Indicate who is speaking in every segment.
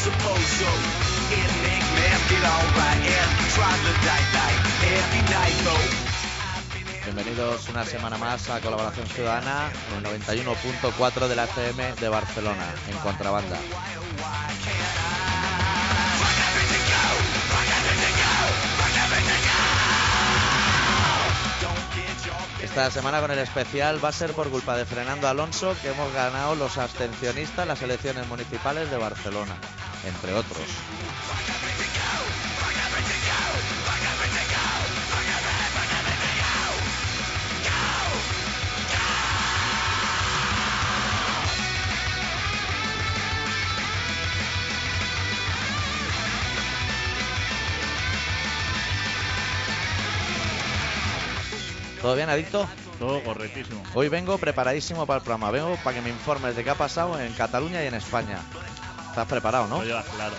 Speaker 1: So it makes me feel alright and troglodyte like every night though. I've been in
Speaker 2: Bienvenidos una semana más a Colaboración Ciudadana en el 91.4 de la FM de Barcelona, en contrabanda. Esta semana con el especial va a ser por culpa de Fernando Alonso que hemos ganado los abstencionistas las elecciones municipales de Barcelona, entre otros. ¿Todo bien, adicto?
Speaker 3: Todo correctísimo.
Speaker 2: Hoy vengo preparadísimo para el programa. Vengo para que me informes de qué ha pasado en Cataluña y en España. ¿Estás preparado, no?
Speaker 3: Lo llevas claro.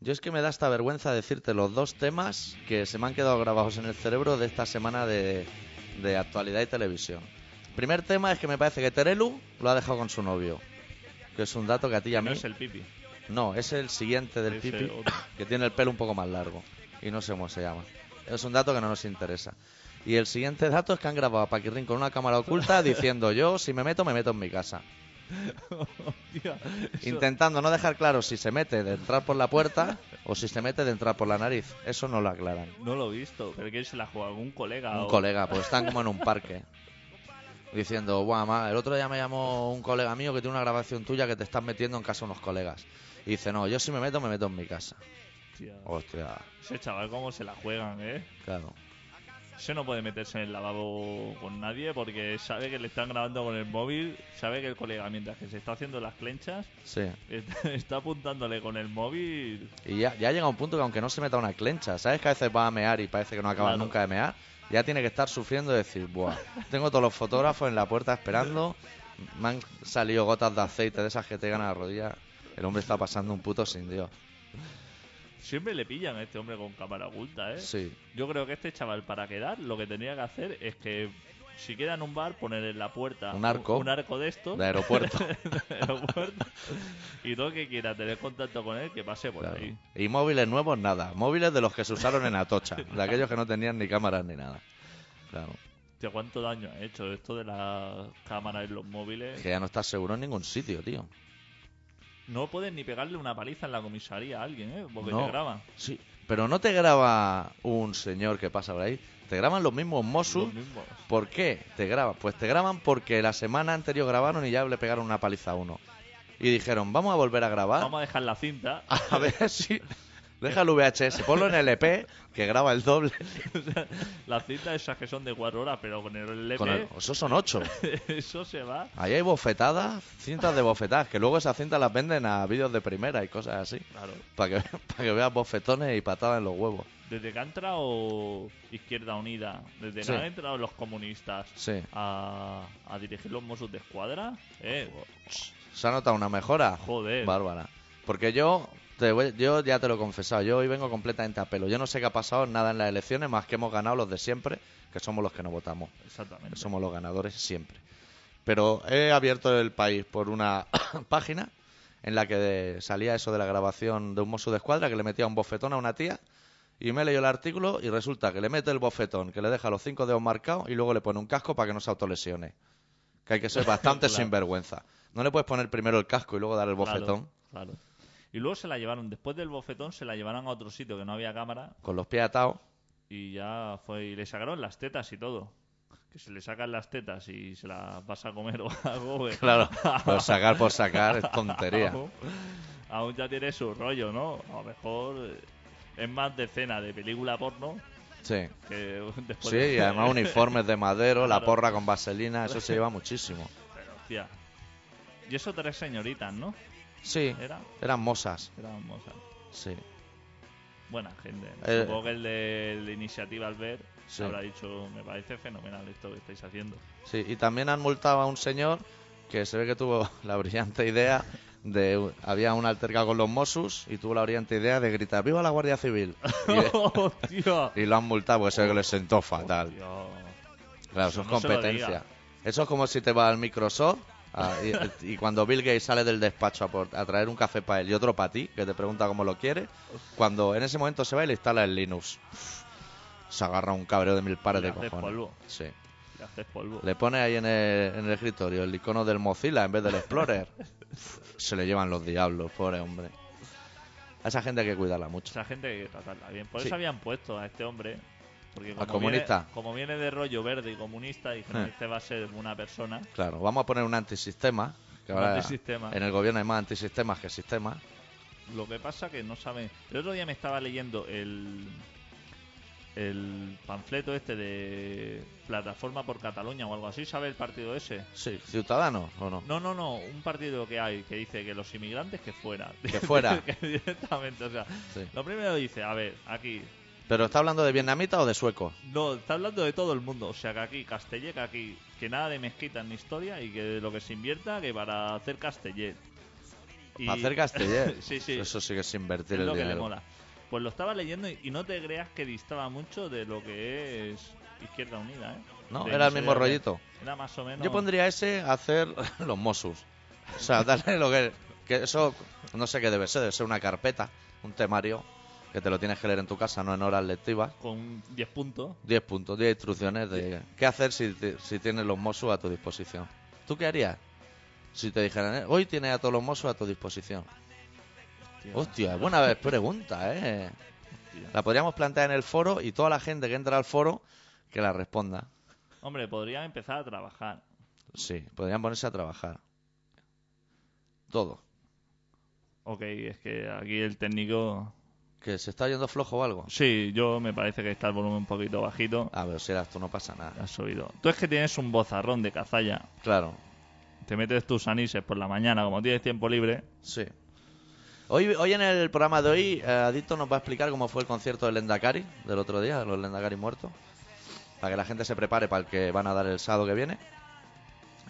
Speaker 2: Yo es que me da esta vergüenza decirte los dos temas que se me han quedado grabados en el cerebro de esta semana de, de actualidad y televisión. Primer tema es que me parece que Terelu lo ha dejado con su novio. Que es un dato que a ti y a mí.
Speaker 3: No es el pipi.
Speaker 2: No, es el siguiente del
Speaker 3: Ese
Speaker 2: Pipi,
Speaker 3: otro.
Speaker 2: que tiene el pelo un poco más largo. Y no sé cómo se llama. Es un dato que no nos interesa. Y el siguiente dato es que han grabado a Paquirrín con una cámara oculta diciendo yo, si me meto, me meto en mi casa.
Speaker 3: Hostia, eso-
Speaker 2: Intentando no dejar claro si se mete de entrar por la puerta o si se mete de entrar por la nariz. Eso no lo aclaran.
Speaker 3: No lo he visto. ¿Pero quién se la juega? ¿Algún colega?
Speaker 2: Un
Speaker 3: o-
Speaker 2: colega, pues están como en un parque. Diciendo, guau, ma, el otro día me llamó un colega mío que tiene una grabación tuya que te estás metiendo en casa de unos colegas. Y dice, no, yo si me meto, me meto en mi casa.
Speaker 3: Hostia.
Speaker 2: Hostia,
Speaker 3: Ese chaval, ¿cómo se la juegan, eh?
Speaker 2: claro.
Speaker 3: Ese no puede meterse en el lavabo con nadie porque sabe que le están grabando con el móvil. Sabe que el colega, mientras que se está haciendo las clenchas,
Speaker 2: Sí.
Speaker 3: está, está apuntándole con el móvil.
Speaker 2: Y ya, ya llega un punto que aunque no se meta una clencha, ¿sabes? Que a veces va a mear y parece que no acaba
Speaker 3: Claro.
Speaker 2: nunca de mear. Ya tiene que estar sufriendo y decir, buah, tengo todos los fotógrafos en la puerta esperando, me han salido gotas de aceite de esas que te llegan a la rodilla. El hombre está pasando un puto sin Dios.
Speaker 3: Siempre le pillan a este hombre con cámara oculta, eh.
Speaker 2: Sí,
Speaker 3: Yo creo que este chaval para quedar lo que tendría que hacer es que si queda en un bar poner en la puerta
Speaker 2: Un arco.
Speaker 3: un arco de esto
Speaker 2: de aeropuerto.
Speaker 3: aeropuerto, y todo el que quiera tener contacto con él que pase por
Speaker 2: claro.
Speaker 3: ahí.
Speaker 2: Y móviles nuevos, nada. Móviles de los que se usaron en Atocha, de aquellos que no tenían ni cámaras ni nada. Claro.
Speaker 3: Tío, cuánto daño ha hecho esto de las cámaras en los móviles.
Speaker 2: Que ya no estás seguro en ningún sitio, tío.
Speaker 3: No pueden ni pegarle una paliza en la comisaría a alguien, ¿eh? Porque
Speaker 2: No.
Speaker 3: te graban.
Speaker 2: Sí, pero no te graba un señor que pasa por ahí. Te graban los mismos Mossos.
Speaker 3: Los mismos.
Speaker 2: ¿Por qué te graban? Pues te graban porque la semana anterior grabaron y ya le pegaron una paliza a uno. Y dijeron, vamos a volver a grabar.
Speaker 3: Vamos a dejar la cinta.
Speaker 2: A ver si... Deja el VHS, ponlo en el EP, que graba el E doble.
Speaker 3: Las cintas esas que son de cuatro horas, pero con el LP,
Speaker 2: Con el- Esos son ocho.
Speaker 3: eso se va.
Speaker 2: Ahí hay bofetadas, cintas de bofetadas, que luego esas cintas las venden a vídeos de primera y cosas así.
Speaker 3: Claro.
Speaker 2: Para que, para que veas bofetones y patadas en los huevos.
Speaker 3: Desde que ha entrado Izquierda Unida, desde
Speaker 2: Sí.
Speaker 3: que han entrado los comunistas
Speaker 2: Sí.
Speaker 3: a, a dirigir los Mossos de Escuadra, eh,
Speaker 2: Se ha notado una mejora.
Speaker 3: Joder.
Speaker 2: Bárbara. Porque yo, te voy- yo ya te lo he confesado, yo hoy vengo completamente a pelo. Yo no sé qué ha pasado nada en las elecciones, más que hemos ganado los de siempre, que somos los que no votamos, que
Speaker 3: exactamente.
Speaker 2: somos los ganadores siempre. Pero he abierto el país por una página en la que de- salía eso de la grabación de un mozo de escuadra que le metía un bofetón a una tía. Y me he leído el artículo y resulta que le mete el bofetón, que le deja los cinco dedos marcados y luego le pone un casco para que no se autolesione. Que hay que ser bastante
Speaker 3: Claro.
Speaker 2: sinvergüenza. No le puedes poner primero el casco y luego dar el
Speaker 3: Claro,
Speaker 2: bofetón.
Speaker 3: Claro, Y luego se la llevaron, después del bofetón se la llevaron a otro sitio que no había cámara
Speaker 2: con los pies atados.
Speaker 3: y ya fue y le sacaron las tetas y todo. Que si le sacan las tetas y se las vas a comer o algo, pues-
Speaker 2: Claro. Por sacar, por sacar, es tontería.
Speaker 3: Aún, aún ya tiene su rollo, ¿no? A lo mejor eh, es más de escena de película porno
Speaker 2: Sí.
Speaker 3: que después
Speaker 2: Sí,
Speaker 3: de-
Speaker 2: y además uniformes de madero, la
Speaker 3: Pues Claro.
Speaker 2: porra con vaselina, eso se lleva muchísimo.
Speaker 3: Pero, hostia. Y eso tres señoritas, ¿no?
Speaker 2: Sí,
Speaker 3: Era,
Speaker 2: eran mosas.
Speaker 3: era hermosa.
Speaker 2: Sí.
Speaker 3: buena gente.
Speaker 2: Eh.
Speaker 3: Supongo que el de, el de Iniciativa Albert
Speaker 2: Sí.
Speaker 3: habrá dicho, me parece fenomenal esto que estáis haciendo.
Speaker 2: Sí, y también han multado a un señor que se ve que tuvo la brillante idea de... Había un altercado con los Mossos y tuvo la brillante idea de gritar ¡Viva la Guardia Civil!
Speaker 3: ¡Hostia!
Speaker 2: Y, y lo han multado porque se ve que le sentó fatal.
Speaker 3: Hostia.
Speaker 2: Claro, eso
Speaker 3: Eso
Speaker 2: es
Speaker 3: no se lo
Speaker 2: competencia.
Speaker 3: diga.
Speaker 2: Eso es como si te vas al Microsoft a- y, y cuando Bill Gates sale del despacho a, por- a traer un café para él y otro para ti, que te pregunta cómo lo quieres, cuando en ese momento se va y le instala el Linux. Se agarra un cabreo de mil pares
Speaker 3: Le
Speaker 2: de
Speaker 3: haces
Speaker 2: cojones.
Speaker 3: polvo.
Speaker 2: Sí.
Speaker 3: Le haces polvo.
Speaker 2: Le pone ahí en el, en el escritorio el icono del Mozilla en vez del Explorer. se le llevan los diablos, pobre hombre. A esa gente hay que cuidarla mucho.
Speaker 3: Esa gente hay que tratarla bien. Por
Speaker 2: Sí.
Speaker 3: eso habían puesto a este hombre. Porque como
Speaker 2: comunista.
Speaker 3: Viene, como viene de rollo verde y comunista, dijeron:
Speaker 2: Eh.
Speaker 3: Este va a ser una persona.
Speaker 2: Claro, vamos a poner un antisistema. Que
Speaker 3: Un
Speaker 2: ahora
Speaker 3: antisistema.
Speaker 2: En el gobierno hay más antisistemas que sistemas.
Speaker 3: Lo que pasa que no saben. El otro día me estaba leyendo el. El panfleto este de Plataforma por Cataluña o algo así, ¿sabe el partido ese?
Speaker 2: Sí, ciudadanos o no.
Speaker 3: No, no, no, un partido que hay que dice que los inmigrantes que fuera.
Speaker 2: Que fuera.
Speaker 3: Que directamente, o sea,
Speaker 2: Sí.
Speaker 3: lo primero dice, a ver, aquí,
Speaker 2: Pero está hablando de vietnamita o de sueco.
Speaker 3: No, está hablando de todo el mundo. O sea, que aquí, Castellet, que aquí, que nada de mezquitas ni historia y que de lo que se invierta, que para hacer Castellet. Y-
Speaker 2: Para hacer castellet.
Speaker 3: sí, sí.
Speaker 2: Eso sí que es invertir
Speaker 3: es
Speaker 2: el
Speaker 3: lo que le
Speaker 2: dinero.
Speaker 3: mola. Pues lo estaba leyendo y, y no te creas que distaba mucho de lo que es Izquierda Unida, ¿eh?
Speaker 2: No,
Speaker 3: De
Speaker 2: era el mismo
Speaker 3: Iniciativa Liberal.
Speaker 2: rollito.
Speaker 3: Era más o menos.
Speaker 2: Yo pondría ese a hacer los Mossus. O sea, darle lo que, que eso no sé qué debe ser, debe ser una carpeta, un temario que te lo tienes que leer en tu casa, no en horas lectivas.
Speaker 3: Con 10 puntos.
Speaker 2: 10 puntos, 10 instrucciones de qué hacer si, te- si tienes los Mossos a tu disposición. ¿Tú qué harías? Si te dijeran, eh, hoy tienes a todos los Mossos a tu disposición.
Speaker 3: Hostia,
Speaker 2: Hostia, buena pregunta, ¿eh?
Speaker 3: hostia.
Speaker 2: La podríamos plantear en el foro y toda la gente que entra al foro que la responda.
Speaker 3: Hombre, podrían empezar a trabajar.
Speaker 2: Sí, podrían ponerse a trabajar. Todo.
Speaker 3: Ok, es que aquí el técnico.
Speaker 2: Que se está yendo flojo o algo.
Speaker 3: Sí, yo me parece que está el volumen un poquito bajito.
Speaker 2: A ver, si eras tú no pasa nada.
Speaker 3: Ha subido. Tú es que tienes un bozarrón de cazalla.
Speaker 2: Claro,
Speaker 3: Te metes tus anises por la mañana, como tienes tiempo libre.
Speaker 2: sí. Hoy, hoy en el programa de hoy, eh, Adicto nos va a explicar cómo fue el concierto del Lendakari del otro día, de los Lendakari muertos. Para que la gente se prepare para el que van a dar el sábado que viene.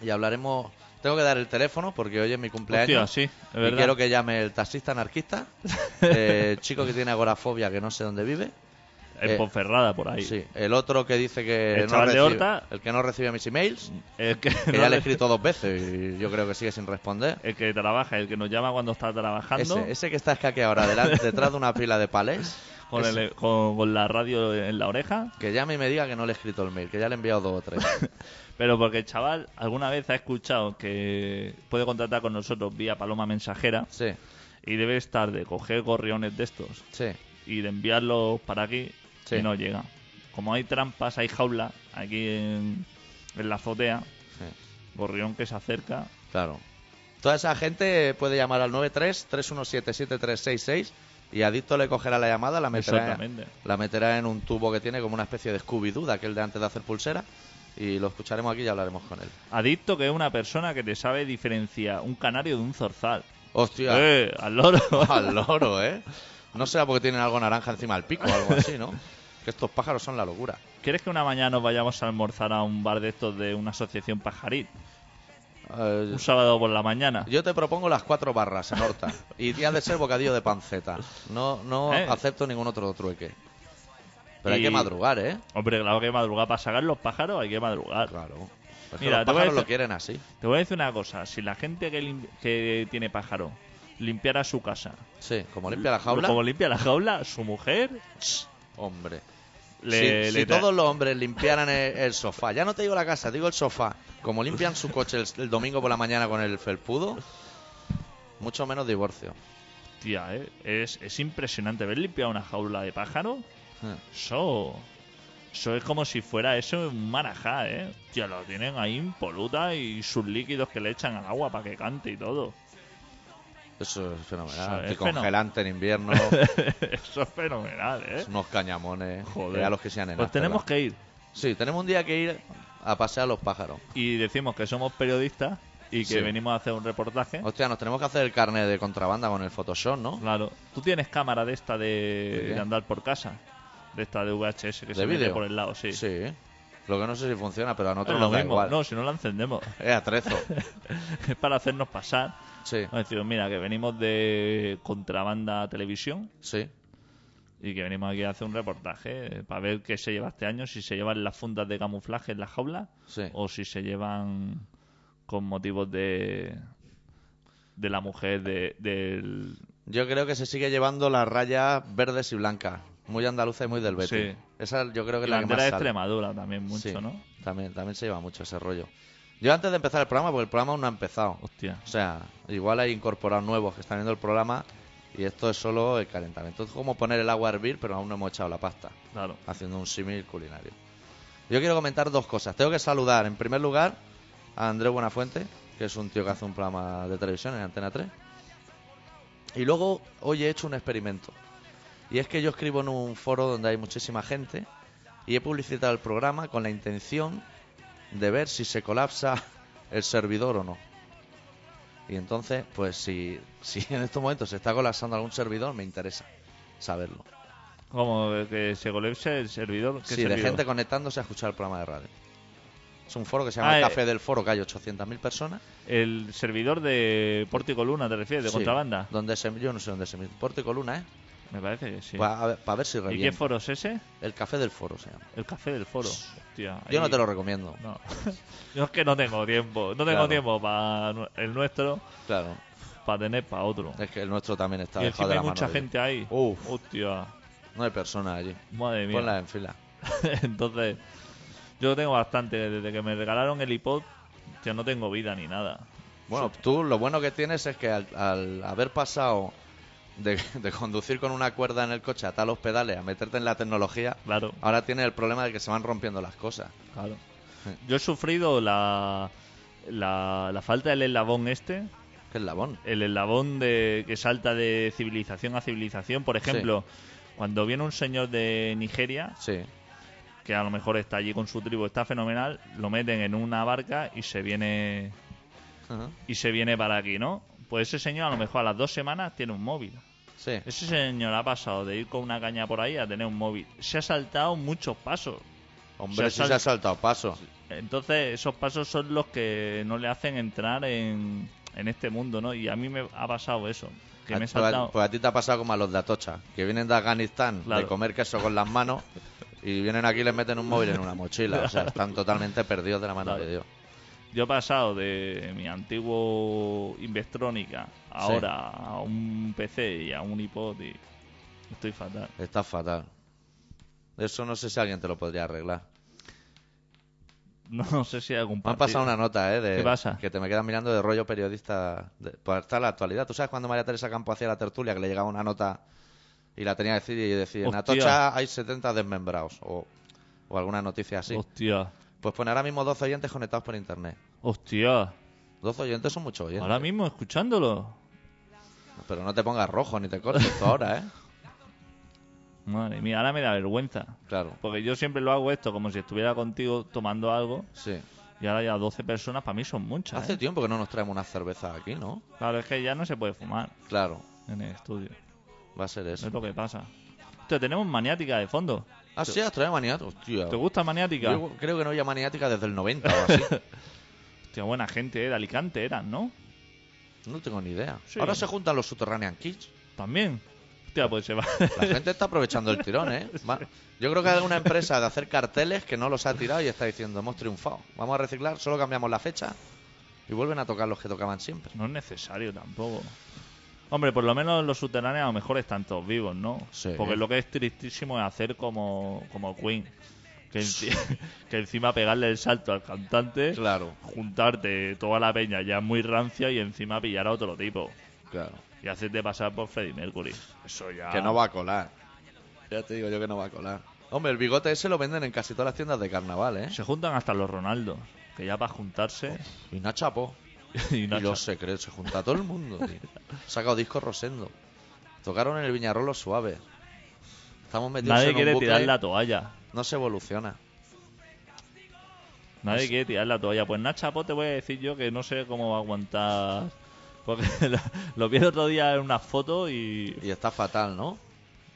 Speaker 2: Y hablaremos. Tengo que dar el teléfono porque hoy es mi
Speaker 3: Hostia,
Speaker 2: cumpleaños.
Speaker 3: sí, es
Speaker 2: Y
Speaker 3: verdad.
Speaker 2: quiero que llame el taxista anarquista, eh, el chico que tiene agorafobia que no sé dónde vive.
Speaker 3: En
Speaker 2: eh,
Speaker 3: Ponferrada, por ahí.
Speaker 2: Sí, el otro que dice que
Speaker 3: El
Speaker 2: no
Speaker 3: chaval de
Speaker 2: recibe-
Speaker 3: Horta. Mm.
Speaker 2: el que no recibe mis emails,
Speaker 3: El que,
Speaker 2: que
Speaker 3: no
Speaker 2: ya le
Speaker 3: le-
Speaker 2: he escrito dos veces y yo creo que sigue sin responder.
Speaker 3: el que trabaja, el que nos llama cuando está trabajando.
Speaker 2: Ese, ese que está escaqueado ahora delan- detrás de una pila de palés,
Speaker 3: Con,
Speaker 2: ese.
Speaker 3: el- con- con la radio en la oreja.
Speaker 2: que llame y me diga que no le he escrito el mail, que ya le he enviado dos o tres.
Speaker 3: Pero porque el chaval alguna vez ha escuchado que puede contratar con nosotros vía Paloma Mensajera.
Speaker 2: Sí,
Speaker 3: Y debe estar de coger gorriones de estos
Speaker 2: sí,
Speaker 3: y de enviarlos para aquí.
Speaker 2: Sí.
Speaker 3: Y no llega. Como hay trampas, hay jaula aquí en, en la azotea.
Speaker 2: sí,
Speaker 3: Gorrión que se acerca.
Speaker 2: claro. Toda esa gente puede llamar al 93-317-7366 y Adicto le cogerá la llamada, la meterá,
Speaker 3: Exactamente.
Speaker 2: la meterá en un tubo que tiene como una especie de Scooby-Doo, de aquel de antes de hacer pulsera, y lo escucharemos aquí y hablaremos con él.
Speaker 3: Adicto que es una persona que te sabe diferenciar un canario de un zorzal.
Speaker 2: Hostia,
Speaker 3: ¡Eh! ¡Al loro!
Speaker 2: al loro, ¿eh? No sea porque tienen algo naranja encima del pico o algo así, ¿no? Que estos pájaros son la locura.
Speaker 3: ¿Quieres que una mañana nos vayamos a almorzar a un bar de estos de una asociación pajarit?
Speaker 2: Eh,
Speaker 3: Un sábado por la mañana.
Speaker 2: Yo te propongo las cuatro barras en Horta. Y ha de ser bocadillo de panceta. No, no
Speaker 3: Eh.
Speaker 2: acepto ningún otro trueque. Pero hay
Speaker 3: Y-
Speaker 2: que madrugar, ¿eh?
Speaker 3: Hombre, claro que madrugar para sacar los pájaros hay que madrugar.
Speaker 2: Claro. Es que
Speaker 3: Mira,
Speaker 2: los
Speaker 3: te voy a
Speaker 2: pájaros lo
Speaker 3: decir-
Speaker 2: quieren así.
Speaker 3: Te voy a decir una cosa. Si la gente que, lim- que tiene pájaro limpiara su casa...
Speaker 2: Sí, como limpia la jaula.
Speaker 3: Como limpia la jaula, su mujer...
Speaker 2: Hombre.
Speaker 3: Le,
Speaker 2: si si
Speaker 3: le tra-
Speaker 2: todos los hombres limpiaran el, el sofá, ya no te digo la casa, te digo el sofá, como limpian su coche el, el domingo por la mañana con el felpudo, mucho menos divorcio.
Speaker 3: Tía, ¿eh? es, es impresionante ver limpiar una jaula de pájaro.
Speaker 2: Eh.
Speaker 3: Eso. Eso es como si fuera eso un marajá, ¿eh? Hostia, lo tienen ahí impoluta y sus líquidos que le echan al agua para que cante y todo.
Speaker 2: Eso es
Speaker 3: Eso
Speaker 2: fenomenal.
Speaker 3: es
Speaker 2: Anticongelante en invierno,
Speaker 3: eso es fenomenal, ¿eh?
Speaker 2: unos cañamones,
Speaker 3: Joder.
Speaker 2: eh, a los que sean en
Speaker 3: Pues
Speaker 2: Ámsterdam.
Speaker 3: tenemos que ir.
Speaker 2: Sí, tenemos un día que ir a pasear a los pájaros.
Speaker 3: Y decimos que somos periodistas y que
Speaker 2: Sí.
Speaker 3: venimos a hacer un reportaje.
Speaker 2: Hostia, nos tenemos que hacer el carnet de contrabanda con el Photoshop, ¿no?
Speaker 3: Claro. Tú tienes cámara de esta de,
Speaker 2: ¿De qué?
Speaker 3: de andar por casa. De esta de VHS que se mete
Speaker 2: vídeo?
Speaker 3: por el lado, sí. Es
Speaker 2: Lo que no sé si funciona, pero a nosotros
Speaker 3: lo
Speaker 2: nos da
Speaker 3: mismo.
Speaker 2: igual.
Speaker 3: No, si no la encendemos.
Speaker 2: Es atrezo.
Speaker 3: es para hacernos pasar.
Speaker 2: Sí,
Speaker 3: Nos decimos, mira, que venimos de contrabanda televisión
Speaker 2: sí.
Speaker 3: y que venimos aquí a hacer un reportaje eh, para ver qué se lleva este año, si se llevan las fundas de camuflaje en la jaula
Speaker 2: Sí.
Speaker 3: o si se llevan con motivos de de la mujer de, del
Speaker 2: Yo creo que se sigue llevando las rayas verdes y blancas. Muy andaluza y muy del Betis.
Speaker 3: Sí.
Speaker 2: Esa yo creo que es
Speaker 3: la
Speaker 2: la que
Speaker 3: bandera
Speaker 2: más
Speaker 3: de
Speaker 2: sale.
Speaker 3: Extremadura también mucho,
Speaker 2: Sí,
Speaker 3: ¿no?
Speaker 2: También, también se lleva mucho ese rollo. Yo antes de empezar el programa, porque el programa aún no ha empezado.
Speaker 3: Hostia.
Speaker 2: O sea, igual hay incorporados nuevos que están viendo el programa y esto es solo el calentamiento. Es como poner el agua a hervir, pero aún no hemos echado la pasta,
Speaker 3: Claro.
Speaker 2: haciendo un símil culinario. Yo quiero comentar dos cosas. Tengo que saludar, en primer lugar, a Andrés Buenafuente, que es un tío que hace un programa de televisión en Antena 3. Y luego, hoy he hecho un experimento. Y es que yo escribo en un foro donde hay muchísima gente y he publicitado el programa con la intención de ver si se colapsa el servidor o no. Y entonces, pues si, si en estos momentos se está colapsando algún servidor, me interesa saberlo.
Speaker 3: Como que se golpee el servidor. ¿Qué
Speaker 2: Sí, de
Speaker 3: servidor?
Speaker 2: gente conectándose a escuchar el programa de radio. Es un foro que se llama
Speaker 3: Ah,
Speaker 2: el
Speaker 3: eh.
Speaker 2: Café del Foro, que hay 800.000 personas.
Speaker 3: El servidor de Pórtico Luna, ¿te refieres? ¿De
Speaker 2: Sí,
Speaker 3: contrabanda?
Speaker 2: Donde se, yo no sé dónde se emite. Porto y Coluna, ¿eh?
Speaker 3: Me parece que sí.
Speaker 2: Para ver, pa' ver si
Speaker 3: ¿Y qué
Speaker 2: revienta.
Speaker 3: foro es ese?
Speaker 2: El Café del Foro se llama.
Speaker 3: El café del foro. Hostia,
Speaker 2: Yo no
Speaker 3: ahí-
Speaker 2: te lo recomiendo.
Speaker 3: No. Yo es que no tengo tiempo. No tengo
Speaker 2: Claro.
Speaker 3: tiempo para el nuestro,
Speaker 2: Claro.
Speaker 3: para tener para otro.
Speaker 2: Es que el nuestro también está
Speaker 3: y
Speaker 2: dejado
Speaker 3: encima
Speaker 2: de
Speaker 3: hay
Speaker 2: la mano.
Speaker 3: mucha
Speaker 2: de Dios.
Speaker 3: gente ahí.
Speaker 2: Uf.
Speaker 3: Hostia,
Speaker 2: No hay personas allí.
Speaker 3: madre mía.
Speaker 2: Ponlas en fila.
Speaker 3: Entonces, yo tengo bastante. Desde que me regalaron el iPod, ya no tengo vida ni nada.
Speaker 2: Bueno, tú lo bueno que tienes es que al, al haber pasado de, de conducir con una cuerda en el coche a los pedales, a meterte en la tecnología,
Speaker 3: Claro,
Speaker 2: ahora tienes el problema de que se van rompiendo las cosas.
Speaker 3: claro. Yo he sufrido la, la, la falta del eslabón este,
Speaker 2: Que es labón.
Speaker 3: el eslabón de, que salta de civilización a civilización. Por ejemplo, cuando viene un señor de Nigeria,
Speaker 2: Sí,
Speaker 3: que a lo mejor está allí con su tribu, está fenomenal, lo meten en una barca y se viene
Speaker 2: Ajá.
Speaker 3: y se viene para aquí, ¿no? Pues ese señor a lo mejor a las dos semanas tiene un móvil.
Speaker 2: sí.
Speaker 3: Ese señor ha pasado de ir con una caña por ahí a tener un móvil. Se ha saltado muchos pasos.
Speaker 2: Hombre,
Speaker 3: se ha
Speaker 2: sí se ha saltado paso.
Speaker 3: Entonces, esos pasos son los que no le hacen entrar en, en este mundo, ¿no? Y a mí me ha pasado eso. Que
Speaker 2: A-
Speaker 3: me he
Speaker 2: pues,
Speaker 3: saltado.
Speaker 2: a, pues a ti te ha pasado como a los de Atocha, que vienen de Afganistán
Speaker 3: Claro.
Speaker 2: de comer queso con las manos y vienen aquí y les meten un móvil en una mochila. O sea, están totalmente perdidos de la mano
Speaker 3: Claro.
Speaker 2: de Dios.
Speaker 3: Yo he pasado de mi antiguo Investrónica ahora a un PC y a un iPod y estoy fatal.
Speaker 2: Está fatal. Eso no sé si alguien te lo podría arreglar.
Speaker 3: No sé si hay algún
Speaker 2: Me han
Speaker 3: partido.
Speaker 2: pasado una nota, ¿eh? De,
Speaker 3: ¿Qué pasa?
Speaker 2: Que te me quedan mirando de rollo periodista. De, pues está la actualidad. ¿Tú sabes cuando María Teresa Campo hacía la tertulia que le llegaba una nota y la tenía que decir y decía: En
Speaker 3: Hostia.
Speaker 2: Atocha hay 70 desmembrados? O, o alguna noticia así.
Speaker 3: Hostia,
Speaker 2: Pues pone ahora mismo 12 oyentes conectados por internet.
Speaker 3: hostia.
Speaker 2: 12 oyentes son muchos oyentes.
Speaker 3: Ahora mismo escuchándolo.
Speaker 2: Pero no te pongas rojo ni te cortes tú ahora, ¿eh?
Speaker 3: Madre mía, ahora me da vergüenza.
Speaker 2: Claro.
Speaker 3: Porque yo siempre lo hago esto como si estuviera contigo tomando algo
Speaker 2: Sí.
Speaker 3: y ahora ya 12 personas para mí son muchas.
Speaker 2: Hace
Speaker 3: ¿eh?
Speaker 2: tiempo que no nos traemos una cerveza aquí, ¿no?
Speaker 3: Claro, es que ya no se puede fumar
Speaker 2: Claro.
Speaker 3: en el estudio.
Speaker 2: Va a ser
Speaker 3: Eso
Speaker 2: eso.
Speaker 3: es lo que pasa. Hostia, tenemos maniática de fondo.
Speaker 2: Ah, sí, has traído maniática. Hostia.
Speaker 3: ¿Te gusta maniática?
Speaker 2: Yo creo que no había maniática desde el 90 o así.
Speaker 3: Hostia, buena gente, ¿eh? De Alicante eran, ¿no?
Speaker 2: No tengo ni idea.
Speaker 3: Sí.
Speaker 2: Ahora se juntan los Subterranean Kids.
Speaker 3: También. Hostia, pues se va.
Speaker 2: La gente está aprovechando el tirón, ¿eh? Va- Yo creo que hay una empresa de hacer carteles que no los ha tirado y está diciendo, hemos triunfado. Vamos a reciclar, solo cambiamos la fecha y vuelven a tocar los que tocaban siempre.
Speaker 3: No es necesario tampoco. Hombre, por lo menos los subterráneos a lo mejor están todos vivos, ¿no?
Speaker 2: Sí.
Speaker 3: Porque lo que es tristísimo es hacer como, como Queen. Que, enci- que encima pegarle el salto al cantante,
Speaker 2: Claro,
Speaker 3: juntarte toda la peña ya muy rancia y encima pillar a otro tipo.
Speaker 2: claro.
Speaker 3: Y hacerte pasar por Freddie Mercury. Eso ya.
Speaker 2: Que no va a colar. Ya te digo yo que no va a colar. Hombre, el bigote ese lo venden en casi todas las tiendas de carnaval, ¿eh?
Speaker 3: Se juntan hasta los Ronaldos. Que ya para juntarse.
Speaker 2: Y no chapó.
Speaker 3: y
Speaker 2: Y
Speaker 3: no
Speaker 2: los secretos, se junta todo el mundo, tío. Ha Sacado disco Rosendo. Tocaron en el Viñarol los suaves. Estamos metidos
Speaker 3: Nadie
Speaker 2: en
Speaker 3: quiere
Speaker 2: un bucle.
Speaker 3: tirar la toalla.
Speaker 2: No se evoluciona.
Speaker 3: Nadie quiere tirar la toalla. Pues Nacha Po te voy a decir yo que no sé cómo va a aguantar. Porque la- lo vi el otro día en una foto y
Speaker 2: Y está fatal, ¿no?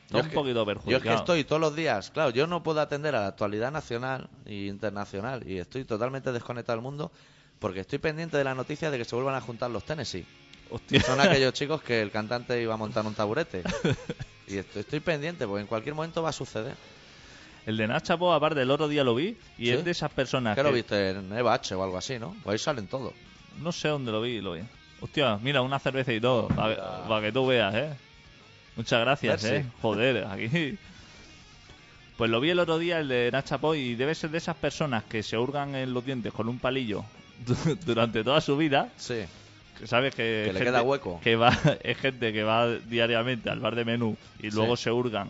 Speaker 3: está un poquito
Speaker 2: que, yo
Speaker 3: perjudicado.
Speaker 2: es que estoy todos los días, claro, yo no puedo atender a la actualidad nacional e internacional y estoy totalmente desconectado del mundo porque estoy pendiente de la noticia de que se vuelvan a juntar los Tennessee.
Speaker 3: Hostia.
Speaker 2: Son aquellos chicos que el cantante iba a montar un taburete. Y estoy, estoy pendiente porque en cualquier momento va a suceder.
Speaker 3: El de Nacha Po, aparte, el otro día lo vi y
Speaker 2: ¿Sí?
Speaker 3: es de esas personas.
Speaker 2: ¿Qué lo
Speaker 3: que-
Speaker 2: viste en Eva H o algo así, no? Pues ahí salen todos.
Speaker 3: No sé dónde lo vi, lo vi. Hostia, mira, una cerveza y todo, para que, pa' que tú veas, ¿eh? Muchas gracias,
Speaker 2: Merci.
Speaker 3: ¿eh? Joder, aquí... Pues lo vi el otro día, el de Nacha Poi, y debe ser de esas personas que se hurgan en los dientes con un palillo du- durante toda su vida,
Speaker 2: Sí.
Speaker 3: que sabes que...
Speaker 2: Que
Speaker 3: es
Speaker 2: le queda hueco.
Speaker 3: Que va, es gente que va diariamente al bar de menú y
Speaker 2: Sí.
Speaker 3: luego se hurgan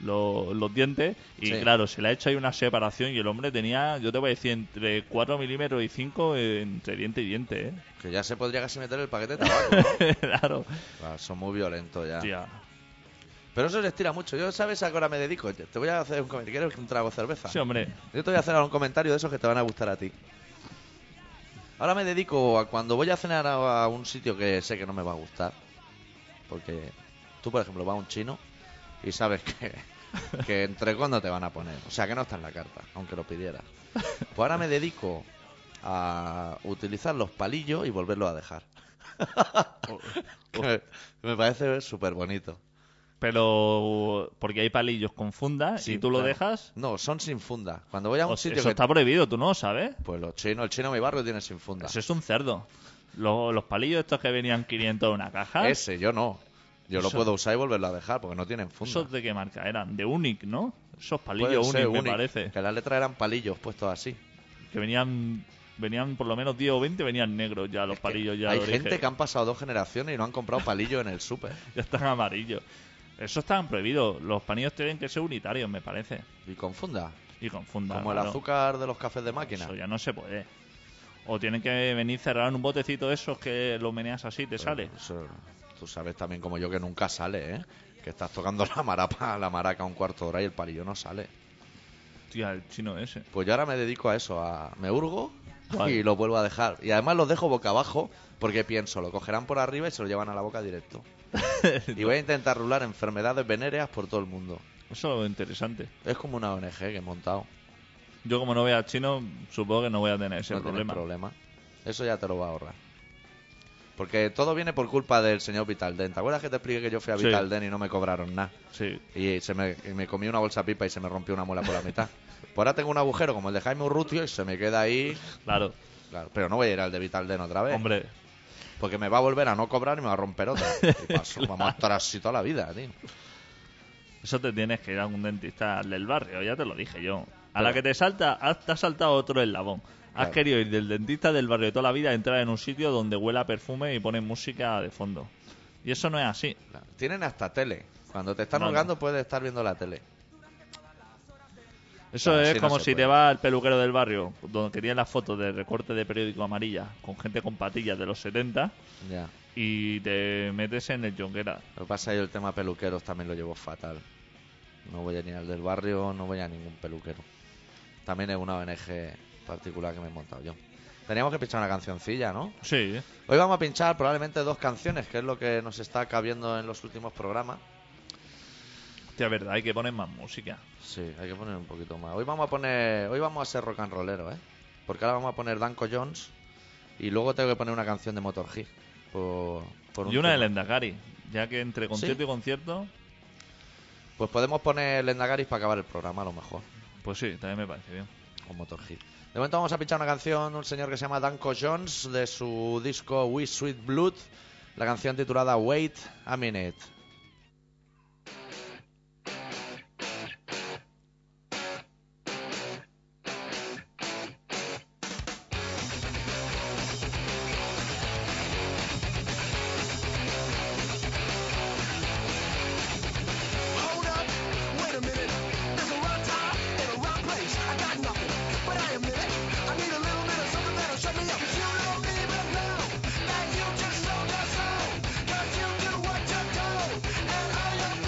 Speaker 3: lo- los dientes, y
Speaker 2: Sí.
Speaker 3: claro, se le ha hecho ahí una separación y el hombre tenía, yo te voy a decir, entre 4 milímetros y 5 entre diente y diente, ¿eh?
Speaker 2: Que ya se podría casi meter el paquete de tabaco.
Speaker 3: claro. ah,
Speaker 2: Claro, son muy violentos ya.
Speaker 3: Hostia.
Speaker 2: Pero eso les tira mucho. Yo, ¿sabes a qué hora me dedico? Te voy a hacer un comentario. ¿Quieres un trago de cerveza?
Speaker 3: Sí, hombre.
Speaker 2: Yo te voy a hacer ahora un comentario de esos que te van a gustar a ti. Ahora me dedico a cuando voy a cenar a a un sitio que sé que no me va a gustar. Porque tú, por ejemplo, vas a un chino y sabes que, que entre cuándo te van a poner. O sea, que no está en la carta, aunque lo pidieras. Pues ahora me dedico a utilizar los palillos y volverlos a dejar.
Speaker 3: Oh,
Speaker 2: Que me, me parece súper bonito.
Speaker 3: Pero porque hay palillos con funda
Speaker 2: Sí,
Speaker 3: y tú lo
Speaker 2: claro.
Speaker 3: dejas.
Speaker 2: No, son sin funda. Cuando voy a un
Speaker 3: o-
Speaker 2: sitio
Speaker 3: eso
Speaker 2: que...
Speaker 3: está prohibido, tú no lo sabes.
Speaker 2: Pues los chinos, el chino de mi barrio tiene sin funda.
Speaker 3: Eso es un cerdo. Lo- los palillos estos que venían 500 en una caja.
Speaker 2: Ese, yo no. Yo lo
Speaker 3: Eso-
Speaker 2: puedo usar y volverlo a dejar porque no tienen funda.
Speaker 3: ¿Esos de qué marca eran? De Unic, ¿no? Esos
Speaker 2: Pueden
Speaker 3: palillos
Speaker 2: ser
Speaker 3: Unic, me
Speaker 2: Unic,
Speaker 3: parece.
Speaker 2: Que las letras eran palillos puestos así.
Speaker 3: Que venían venían por lo menos 10 o 20, venían negros ya los palillos. ya
Speaker 2: Hay
Speaker 3: de
Speaker 2: gente
Speaker 3: origen.
Speaker 2: que han pasado dos generaciones y no han comprado palillos en el súper.
Speaker 3: Ya están amarillos. Eso estaban prohibidos. Los palillos tienen que ser unitarios, me parece.
Speaker 2: Y con funda.
Speaker 3: Y con funda.
Speaker 2: como el
Speaker 3: claro.
Speaker 2: azúcar de los cafés de máquina.
Speaker 3: Eso ya no se puede. O tienen que venir cerrar en un botecito de esos que lo meneas así, te
Speaker 2: Pero
Speaker 3: sale.
Speaker 2: Pues eso- tú sabes también como yo que nunca sale, ¿eh? Que estás tocando la marapa, la maraca un cuarto de hora y el palillo no sale.
Speaker 3: Hostia, el chino ese.
Speaker 2: Pues yo ahora me dedico a eso, a me hurgo
Speaker 3: Vale.
Speaker 2: y lo vuelvo a dejar. Y además los dejo boca abajo porque pienso, lo cogerán por arriba y se lo llevan a la boca directo. Y voy a intentar rular enfermedades venéreas por todo el mundo.
Speaker 3: Eso es interesante.
Speaker 2: Es como una ONG que he montado.
Speaker 3: Yo como no vea al chino, supongo que no voy a tener ese
Speaker 2: no tienes
Speaker 3: problema.
Speaker 2: problema. Eso ya te lo va a ahorrar. Porque todo viene por culpa del señor Vitalden. ¿Te acuerdas que te expliqué que yo fui a
Speaker 3: Sí.
Speaker 2: Vitalden y no me cobraron nada?
Speaker 3: Sí.
Speaker 2: Y se me, y me comí una bolsa pipa y se me rompió una muela por la mitad. Pues ahora tengo un agujero como el de Jaime Urrutio y se me queda ahí.
Speaker 3: Claro.
Speaker 2: Claro, pero no voy a ir al de Vitalden otra vez.
Speaker 3: Hombre,
Speaker 2: Porque me va a volver a no cobrar y me va a romper otra. Y paso, Vamos a estar así toda la vida, tío.
Speaker 3: eso te tienes que ir a un dentista del barrio, ya te lo dije yo. A la que te salta, has- te has saltado otro eslabón. Has
Speaker 2: Claro.
Speaker 3: querido ir del dentista del barrio de toda la vida a entrar en un sitio donde huela a perfume y ponen música de fondo. Y eso no es así.
Speaker 2: Tienen hasta tele. Cuando te están
Speaker 3: No, no.
Speaker 2: holgando puedes estar viendo la tele.
Speaker 3: Eso
Speaker 2: Claro,
Speaker 3: es
Speaker 2: así no
Speaker 3: como
Speaker 2: se
Speaker 3: si
Speaker 2: puede.
Speaker 3: te va al peluquero del barrio, donde querían las fotos de recorte de periódico amarilla, con gente con patillas de los 70,
Speaker 2: Ya.
Speaker 3: y te metes en el jonguera.
Speaker 2: Lo que pasa es que el tema peluqueros también lo llevo fatal. No voy a ni al del barrio, no voy a ningún peluquero. También es una ONG particular que me he montado yo. Teníamos que pinchar una cancioncilla, ¿no?
Speaker 3: Sí,
Speaker 2: Hoy vamos a pinchar probablemente dos canciones, que es lo que nos está cabiendo en los últimos programas.
Speaker 3: hostia, verdad, hay que poner más música.
Speaker 2: Sí, hay que poner un poquito más. Hoy vamos a poner, hoy vamos a ser rock and rollero, ¿eh? Porque ahora vamos a poner Danko Jones y luego tengo que poner una canción de Motorhead por, por un
Speaker 3: Y una de
Speaker 2: tema.
Speaker 3: Lendakari, ya que entre concierto y concierto,
Speaker 2: Pues podemos poner Lendagaris para acabar el programa a lo mejor
Speaker 3: pues sí, también me parece bien.
Speaker 2: o Motorhead. De momento vamos a pinchar una canción de un señor que se llama Danko Jones de su disco We Sweet Blood, la canción titulada Wait a Minute.
Speaker 1: Hold up, wait a minute. There's a wrong time and a wrong place. I got nothing, but I admit it. I need a little bit of something that'll shut me up. You know me, but now that you just know that's all. 'Cause you do what you do.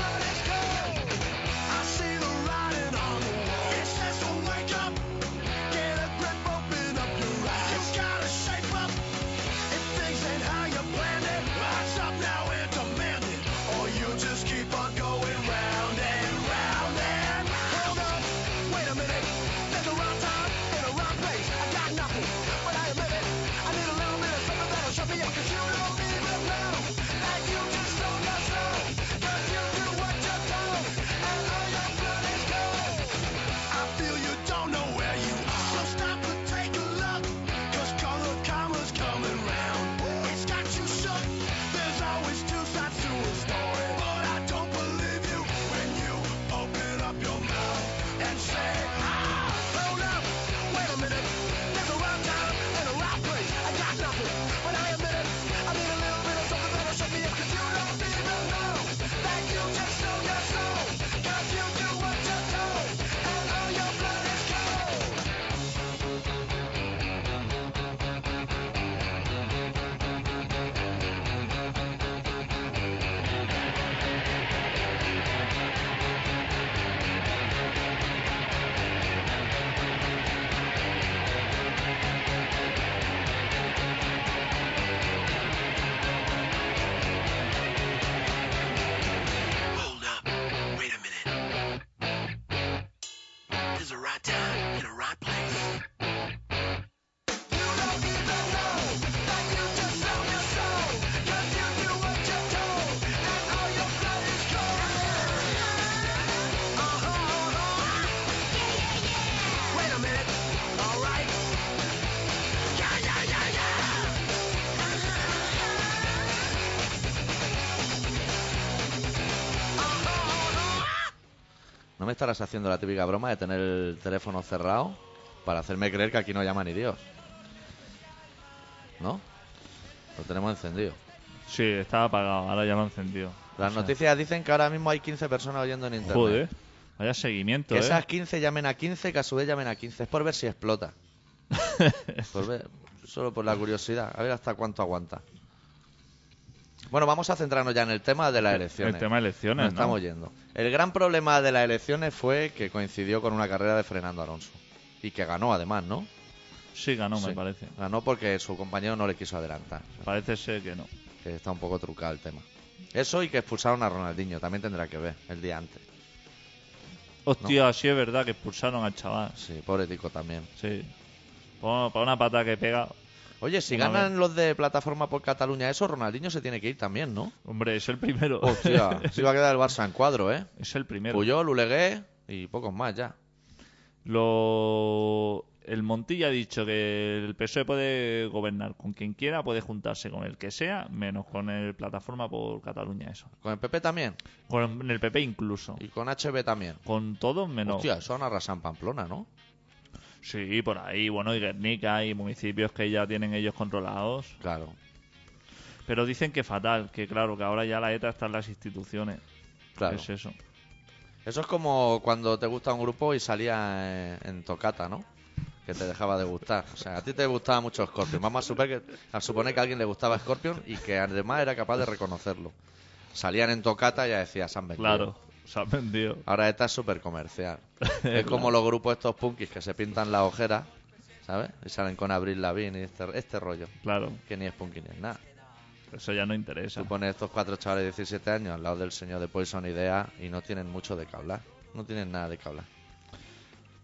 Speaker 2: ¿No me estarás haciendo la típica broma de tener el teléfono cerrado para hacerme creer que aquí no llama ni Dios? ¿No? Lo tenemos encendido.
Speaker 3: Sí, estaba apagado, ahora ya lo han encendido.
Speaker 2: Las
Speaker 3: O sea,
Speaker 2: noticias dicen que ahora mismo hay 15 personas oyendo en internet.
Speaker 3: Pues Joder, vaya seguimiento,
Speaker 2: Que
Speaker 3: ¿eh?
Speaker 2: esas 15 llamen a 15, que a su vez llamen a 15. Es por ver si explota. Por ver- solo por la curiosidad. A ver hasta cuánto aguanta. Bueno, vamos a centrarnos ya en el tema de las elecciones.
Speaker 3: El tema de elecciones,
Speaker 2: Nos
Speaker 3: eh. ¿no?
Speaker 2: estamos yendo. El gran problema de las elecciones fue que coincidió con una carrera de Fernando Alonso. Y que ganó además, ¿no?
Speaker 3: Sí, ganó, me
Speaker 2: Sí.
Speaker 3: parece.
Speaker 2: Ganó porque su compañero no le quiso adelantar.
Speaker 3: Parece ser que no.
Speaker 2: Que está un poco trucado el tema. Eso y que expulsaron a Ronaldinho. También tendrá que ver el día antes.
Speaker 3: Hostia, sí es verdad que expulsaron al chaval.
Speaker 2: Sí, pobre tico también.
Speaker 3: Sí. Para para una pata que pega.
Speaker 2: Oye, si
Speaker 3: Una
Speaker 2: ganan los de Plataforma por Cataluña eso, Ronaldinho se tiene que ir también, ¿no?
Speaker 3: Hombre, es el primero.
Speaker 2: Hostia, se iba a quedar el Barça en cuadro, ¿eh?
Speaker 3: es el primero.
Speaker 2: Puyol, Ulegué y pocos más ya.
Speaker 3: Lo... El Montilla ha dicho que el PSOE puede gobernar con quien quiera, puede juntarse con el que sea, menos con el Plataforma por Cataluña, eso.
Speaker 2: Con el PP también
Speaker 3: Con el PP incluso.
Speaker 2: y con HB también.
Speaker 3: Con todos menos...
Speaker 2: Hostia, eso han arrasado en Pamplona, ¿no?
Speaker 3: Sí, por ahí, bueno, y Guernica y municipios que ya tienen ellos controlados.
Speaker 2: Claro,
Speaker 3: Pero dicen que fatal, que claro, que ahora ya la ETA está en las instituciones.
Speaker 2: claro.
Speaker 3: Es eso.
Speaker 2: Eso es como cuando te gusta un grupo y salía en, en tocata, ¿no? Que te dejaba de gustar. O sea, a ti te gustaba mucho Scorpion. Vamos a, suponer que, a suponer que a alguien le gustaba Scorpion y que además era capaz de reconocerlo. Salían en tocata y ya decías, han vendido.
Speaker 3: Claro, se han vendido.
Speaker 2: Ahora esta es súper comercial. es como los grupos estos punkis que se pintan las ojeras, ¿sabes? Y salen con Abril Lavigne y este, este rollo.
Speaker 3: Claro,
Speaker 2: Que ni es punky ni es nada.
Speaker 3: eso ya no interesa.
Speaker 2: Tú pones estos cuatro chavales de 17 años al lado del señor de Poison Idea y no tienen mucho de qué hablar. No tienen nada de qué hablar.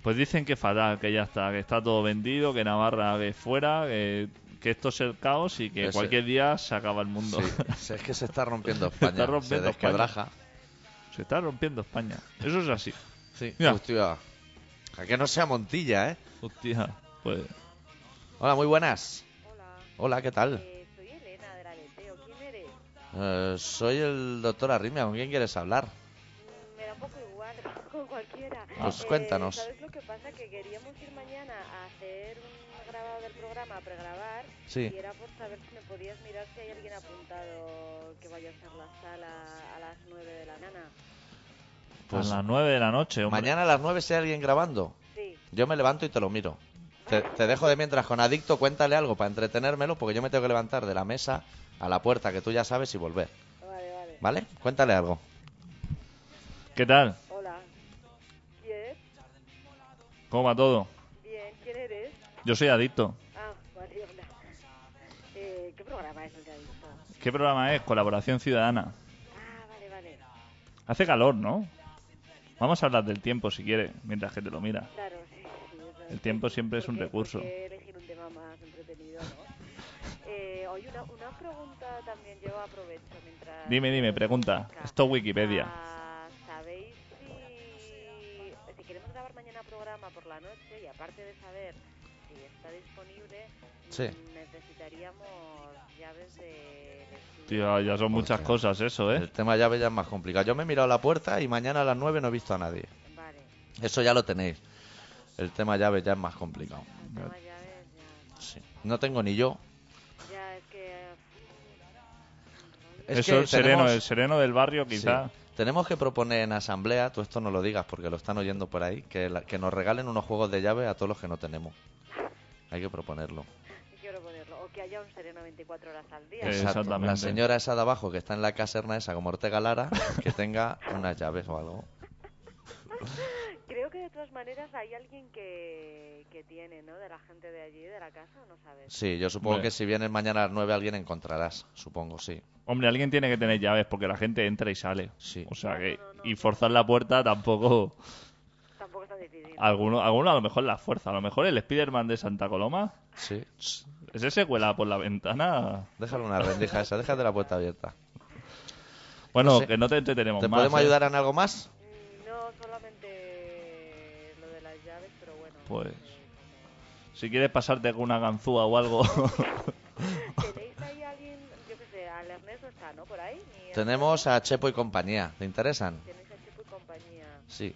Speaker 3: Pues dicen que fatal, que ya está, que está todo vendido, que Navarra que fuera, que, que esto es el caos y que
Speaker 2: Ese-
Speaker 3: cualquier día se acaba el mundo.
Speaker 2: Sí, sí, es que se está rompiendo España.
Speaker 3: Se está rompiendo
Speaker 2: se desquebraja.
Speaker 3: Se está rompiendo España. Eso es así.
Speaker 2: Sí,
Speaker 3: Ya.
Speaker 2: hostia. A que no sea Montilla, ¿eh?
Speaker 3: Hostia, pues
Speaker 2: Hola, muy buenas.
Speaker 4: Hola,
Speaker 2: Hola, ¿qué tal?
Speaker 4: eh, soy Elena del Aleteo. ¿Quién eres?
Speaker 2: Eh, soy el doctor Arrimia. ¿Con quién quieres hablar?
Speaker 4: Mm, Me da un poco igual, con cualquiera. Eh,
Speaker 2: Pues cuéntanos.
Speaker 4: ¿Sabes lo que pasa? Que queríamos ir mañana a hacer un grabado del programa, a pregrabar.
Speaker 2: Sí.
Speaker 4: Y era por saber si me podías mirar si hay alguien apuntado que vaya a ser la sala a las 9 de la nana.
Speaker 2: Pues-
Speaker 3: a las 9 de la noche, hombre.
Speaker 2: Mañana a las 9 si hay alguien grabando.
Speaker 4: Sí,
Speaker 2: Yo me levanto y te lo miro. Te, te dejo de mientras con adicto, cuéntale algo para entretenérmelo, porque yo me tengo que levantar de la mesa a la puerta que tú ya sabes y volver.
Speaker 4: vale, vale.
Speaker 2: ¿Vale? Cuéntale algo.
Speaker 3: ¿Qué tal?
Speaker 4: Hola. ¿Quién?
Speaker 3: ¿Cómo va todo?
Speaker 4: Bien, ¿quién eres?
Speaker 3: Yo soy adicto.
Speaker 4: Ah, vale, hola. Eh, ¿Qué programa es el que ha visto?
Speaker 3: ¿Qué programa es? Colaboración Ciudadana.
Speaker 4: Ah, vale, vale.
Speaker 3: Hace calor, ¿no? Vamos a hablar del tiempo si quieres, mientras que te lo miras.
Speaker 4: Claro, sí, sí, eso
Speaker 3: El tiempo siempre es
Speaker 4: ¿Por
Speaker 3: un
Speaker 4: qué- por
Speaker 3: recurso.
Speaker 4: qué elegir un tema más entretenido, ¿no? Eh, oye, una, una pregunta también yo aprovecho mientras...
Speaker 3: Dime, dime, pregunta. Esto es Wikipedia.
Speaker 4: Ah, ¿Sabéis si, si queremos grabar mañana programa por la noche y aparte de saber si está disponible,
Speaker 2: Sí.
Speaker 4: mm, necesitaríamos llaves de... elegir.
Speaker 3: Tío, ya son muchas
Speaker 2: Hostia.
Speaker 3: cosas eso, ¿eh?
Speaker 2: El tema llave ya es más complicado. Yo me he mirado la puerta y mañana a las 9 no he visto a nadie.
Speaker 4: Vale,
Speaker 2: Eso ya lo tenéis. El tema llave ya es más complicado.
Speaker 4: el tema llaves ya...
Speaker 2: Sí. No tengo ni yo.
Speaker 4: Ya, es que...
Speaker 2: Es
Speaker 3: eso
Speaker 2: que
Speaker 3: el sereno,
Speaker 2: tenemos-
Speaker 3: el sereno del barrio quizá.
Speaker 2: Sí. Tenemos que proponer en asamblea, tú esto no lo digas porque lo están oyendo por ahí, que, la- que nos regalen unos juegos de llave a todos los que no tenemos. Hay que proponerlo.
Speaker 4: Quiero ponerlo. O que haya un sereno 24 horas al día.
Speaker 3: Eh,
Speaker 2: Exacto.
Speaker 3: Exactamente.
Speaker 2: La señora esa de abajo que está en la caserna esa, como Ortega Lara, que tenga unas llaves o algo.
Speaker 4: Creo que de todas maneras hay alguien que, que tiene, ¿no? De la gente de allí, de la casa, ¿o no sabes?
Speaker 2: Sí, yo supongo
Speaker 3: Hombre.
Speaker 2: que si vienes mañana a las 9 alguien encontrarás, supongo, sí.
Speaker 3: Hombre, alguien tiene que tener llaves porque la gente entra y sale.
Speaker 2: Sí.
Speaker 3: O sea
Speaker 4: No,
Speaker 3: que.
Speaker 4: no, no,
Speaker 3: y
Speaker 4: no.
Speaker 3: forzar la puerta tampoco.
Speaker 4: Tampoco está decidido.
Speaker 3: Alguno, alguno a lo mejor la fuerza. A lo mejor el Spiderman de Santa Coloma.
Speaker 2: Sí.
Speaker 3: Ese se cuela por la ventana.
Speaker 2: Déjale una rendija esa, déjate la puerta abierta.
Speaker 3: Bueno,
Speaker 2: No sé.
Speaker 3: que no te entretenemos
Speaker 2: ¿Te
Speaker 3: más.
Speaker 2: podemos
Speaker 3: ¿eh?
Speaker 2: ayudar en algo más?
Speaker 4: Mm, No solamente lo de las llaves, pero bueno.
Speaker 3: Pues. Si quieres pasarte con una ganzúa o algo.
Speaker 4: Eh, ¿Tenéis ahí alguien, yo qué sé, al Ernesto está, ¿no? Por ahí. Ni-
Speaker 2: Tenemos a Chepo y compañía, ¿te interesan?
Speaker 4: Tenéis a Chico y compañía.
Speaker 2: Sí.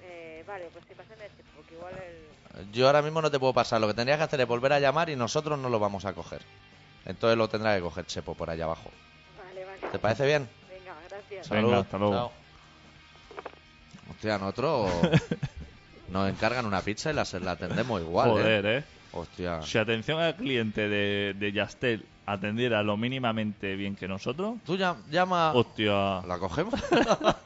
Speaker 4: Eh, vale, pues sí, pásame este, porque igual el...
Speaker 2: Yo ahora mismo no te puedo pasar. Lo que tendrías que hacer es volver a llamar y nosotros no lo vamos a coger. Entonces lo tendrá que coger Chepo por allá abajo.
Speaker 4: Vale, vale.
Speaker 2: ¿Te parece bien?
Speaker 4: Venga, gracias.
Speaker 3: Venga,
Speaker 2: Saludos.
Speaker 3: hasta luego.
Speaker 2: Chao. Hostia, nosotros nos encargan una pizza y la, se- la atendemos igual,
Speaker 3: Joder,
Speaker 2: ¿eh?
Speaker 3: eh.
Speaker 2: Hostia.
Speaker 3: Si atención al cliente de, de Yastel atendiera lo mínimamente bien que nosotros,
Speaker 2: Tú ya- llama...
Speaker 3: hostia.
Speaker 2: ¿La cogemos?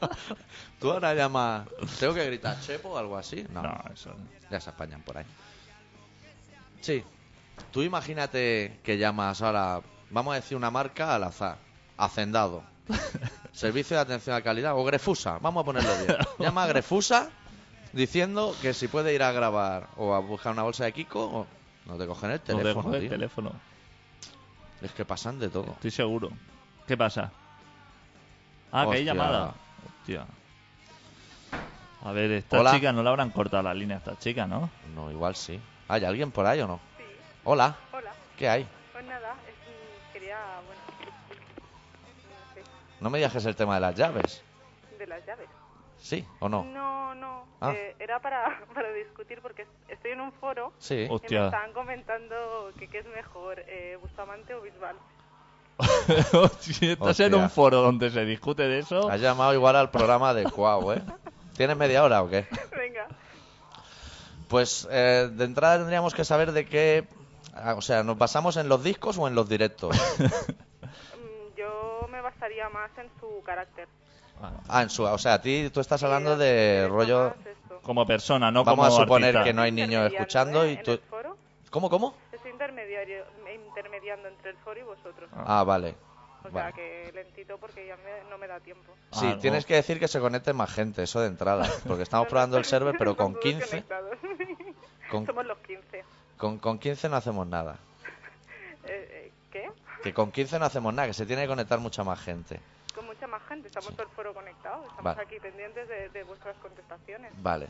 Speaker 2: Tú ahora llamas... ¿Tengo que gritar Chepo o algo así?
Speaker 3: No,
Speaker 2: No.
Speaker 3: eso. no.
Speaker 2: Ya se apañan por ahí. Sí. Tú imagínate que llamas ahora... Vamos a decir una marca al azar. Hacendado. Servicio de atención a calidad. O Grefusa. Vamos a ponerlo bien. Llama a Grefusa diciendo que si puede ir a grabar o a buscar una bolsa de Kiko... o- No te cogen el
Speaker 3: No te
Speaker 2: teléfono,
Speaker 3: coge el
Speaker 2: tío.
Speaker 3: teléfono.
Speaker 2: Es que pasan de todo.
Speaker 3: Estoy seguro. ¿Qué pasa? Ah, que hay
Speaker 2: Hostia.
Speaker 3: llamada. Hostia. A ver, esta
Speaker 2: Hola.
Speaker 3: chica no le habrán cortado la línea a esta chica, ¿no?
Speaker 2: No, igual sí. ¿Hay alguien por ahí o no?
Speaker 4: Sí,
Speaker 2: Hola,
Speaker 4: hola.
Speaker 2: ¿qué hay?
Speaker 4: Pues nada, es un- quería, bueno, no sé,
Speaker 2: No me digas que es el tema de las llaves.
Speaker 4: de las llaves.
Speaker 2: ¿Sí o no?
Speaker 4: No, no,
Speaker 2: Ah.
Speaker 4: eh, era para, para discutir porque es- estoy en un foro
Speaker 2: Sí.
Speaker 3: Hostia.
Speaker 4: y me estaban comentando que qué es mejor, eh, Bustamante o Bisbal.
Speaker 3: si estás
Speaker 2: Hostia.
Speaker 3: en un foro donde se discute de eso,
Speaker 2: Has llamado igual al programa de Cuau, ¿eh? ¿Tienes media hora o qué?
Speaker 4: Venga,
Speaker 2: Pues eh, de entrada tendríamos que saber de qué... ah, O sea, ¿nos basamos en los discos o en los directos?
Speaker 4: mm, yo me basaría más en su carácter.
Speaker 2: Ah, en su... O sea, a ti tú estás
Speaker 4: Sí,
Speaker 2: hablando
Speaker 4: me
Speaker 2: de
Speaker 4: interesa
Speaker 2: rollo...
Speaker 4: más esto.
Speaker 3: como persona, no
Speaker 2: Vamos a
Speaker 3: como
Speaker 2: suponer
Speaker 3: artista.
Speaker 2: que no hay niños
Speaker 4: Intermediando,
Speaker 2: escuchando
Speaker 4: ¿eh?
Speaker 2: y
Speaker 4: en
Speaker 2: tú...
Speaker 4: el foro.
Speaker 2: ¿Cómo, cómo?
Speaker 4: Estoy intermediario, intermediando entre el foro y vosotros.
Speaker 2: Ah, vale.
Speaker 4: O sea
Speaker 2: vale.
Speaker 4: que lentito porque ya me- no me da tiempo.
Speaker 2: Sí,
Speaker 3: Algo.
Speaker 2: tienes que decir que se conecte más gente, eso de entrada. Porque estamos probando el server, pero con
Speaker 4: Todos
Speaker 2: 15...
Speaker 4: conectados.
Speaker 2: Con,
Speaker 4: Somos los 15. Eh,
Speaker 2: con, con 15 no hacemos nada.
Speaker 4: eh, ¿Qué?
Speaker 2: Que con 15 no hacemos nada, que se tiene que conectar mucha más gente.
Speaker 4: Con mucha más gente, estamos todo el foro conectado, estamos
Speaker 2: Vale.
Speaker 4: aquí pendientes de, de vuestras contestaciones.
Speaker 2: Vale.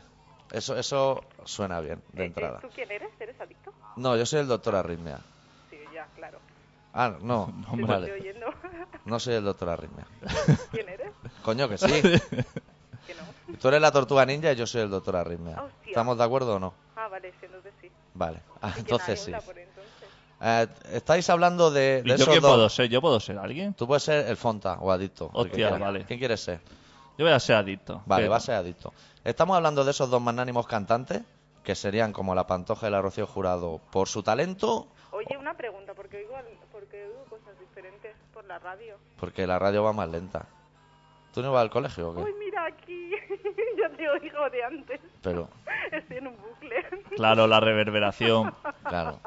Speaker 2: Eso, eso suena bien, de
Speaker 4: Eh, eh,
Speaker 2: entrada.
Speaker 4: ¿Tú quién eres? ¿Eres adicto?
Speaker 2: No, yo soy el doctor Arritmia.
Speaker 4: Sí, ya, claro.
Speaker 2: Ah, no,
Speaker 3: No,
Speaker 4: Te
Speaker 3: hombre.
Speaker 4: estoy
Speaker 2: vale.
Speaker 4: oyendo.
Speaker 2: No soy el doctor Arritmia.
Speaker 4: ¿Quién eres?
Speaker 2: Coño, que sí.
Speaker 4: Que no.
Speaker 2: Tú eres la tortuga ninja y yo soy el doctor Arritmia.
Speaker 4: Hostia.
Speaker 2: ¿Estamos de acuerdo o no?
Speaker 4: Ah, vale, sí, entonces sí.
Speaker 2: Vale. Ah,
Speaker 4: Y que
Speaker 2: entonces
Speaker 4: nadie
Speaker 2: sí.
Speaker 4: habla por entonces.
Speaker 2: Eh, Estáis hablando de, de
Speaker 3: ¿Y yo
Speaker 2: esos
Speaker 3: quién puedo
Speaker 2: dos.
Speaker 3: ser? ¿Yo puedo ser alguien?
Speaker 2: Tú puedes ser el Fonta o adicto. el que
Speaker 3: Hostia,
Speaker 2: quieras.
Speaker 3: vale.
Speaker 2: ¿Quién quieres ser?
Speaker 3: Yo voy a ser adicto.
Speaker 2: Vale,
Speaker 3: ¿Qué?
Speaker 2: va a ser adicto. Estamos hablando de esos dos magnánimos cantantes, que serían como la Pantoja y la Rocío Jurado por su talento,
Speaker 4: Oye, una pregunta, porque oigo, al- porque oigo cosas diferentes por la radio.
Speaker 2: porque la radio va más lenta. ¿Tú no vas al colegio o qué?
Speaker 4: Uy, mira aquí, yo te oigo de antes.
Speaker 2: Pero,
Speaker 4: Estoy en un bucle.
Speaker 3: Claro, la reverberación.
Speaker 2: claro,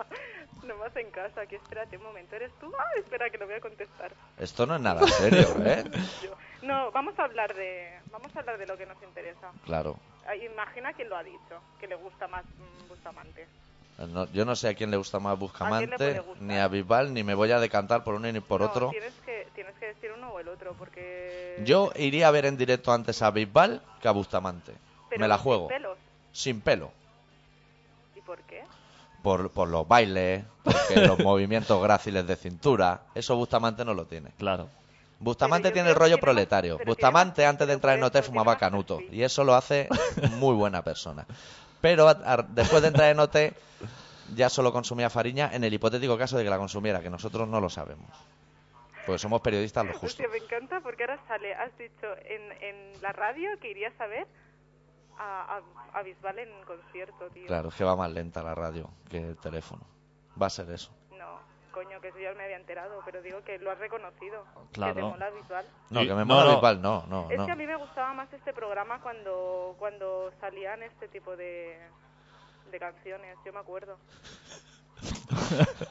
Speaker 4: Nomás en casa, aquí espérate un momento, ¿eres tú? Ah, espera que lo voy a contestar.
Speaker 2: esto no es nada serio, ¿eh?
Speaker 4: Yo. No, vamos a hablar de vamos a hablar de lo que nos interesa.
Speaker 2: Claro.
Speaker 4: Ah, Imagina quién lo ha dicho, que le gusta más mm, Bustamante.
Speaker 2: No- yo no sé a quién le gusta más
Speaker 4: ¿A quién le puede
Speaker 2: Bustamante,
Speaker 4: gustar?
Speaker 2: ni a Bisbal, ni me voy a decantar por uno ni por
Speaker 4: No,
Speaker 2: otro.
Speaker 4: Tienes que, tienes que decir uno o el otro, porque...
Speaker 2: Yo iría a ver en directo antes a Bisbal que a Bustamante.
Speaker 4: Pero
Speaker 2: me la
Speaker 4: sin
Speaker 2: juego.
Speaker 4: pelos.
Speaker 2: Sin pelo.
Speaker 4: ¿Y por qué?
Speaker 2: Por, por los bailes, porque los movimientos gráciles de cintura. Eso Bustamante no lo tiene.
Speaker 3: Claro.
Speaker 2: Bustamante
Speaker 4: Pero yo
Speaker 2: tiene el
Speaker 4: creo que tiene
Speaker 2: rollo
Speaker 4: más-
Speaker 2: proletario.
Speaker 4: pero
Speaker 2: Bustamante,
Speaker 4: tiene más-
Speaker 2: antes de
Speaker 4: pero
Speaker 2: entrar en
Speaker 4: por
Speaker 2: OT,
Speaker 4: eso tiene
Speaker 2: fumaba
Speaker 4: más
Speaker 2: canuto.
Speaker 4: perfil.
Speaker 2: Y eso lo hace muy buena persona. Pero a- a- después de entrar en OT, ya solo consumía fariña en el hipotético caso de que la consumiera, que nosotros no lo sabemos. Pues somos periodistas lo justo.
Speaker 4: Hostia, me encanta porque ahora sale, has dicho en, en la radio que irías a ver a, a, a Bisbal en concierto, tío.
Speaker 2: Claro, es que va más lenta la radio que el teléfono. Va a ser eso.
Speaker 4: No, coño, que eso ya me había enterado, pero digo que lo has reconocido. Que te
Speaker 3: Claro.
Speaker 4: mola Bisbal.
Speaker 2: No,
Speaker 3: Y-
Speaker 2: que me
Speaker 3: no,
Speaker 2: mola
Speaker 3: no.
Speaker 2: Bisbal, no, no,
Speaker 4: Es
Speaker 2: no.
Speaker 4: que a mí me gustaba más este programa cuando, cuando salían este tipo de, de canciones, yo me acuerdo.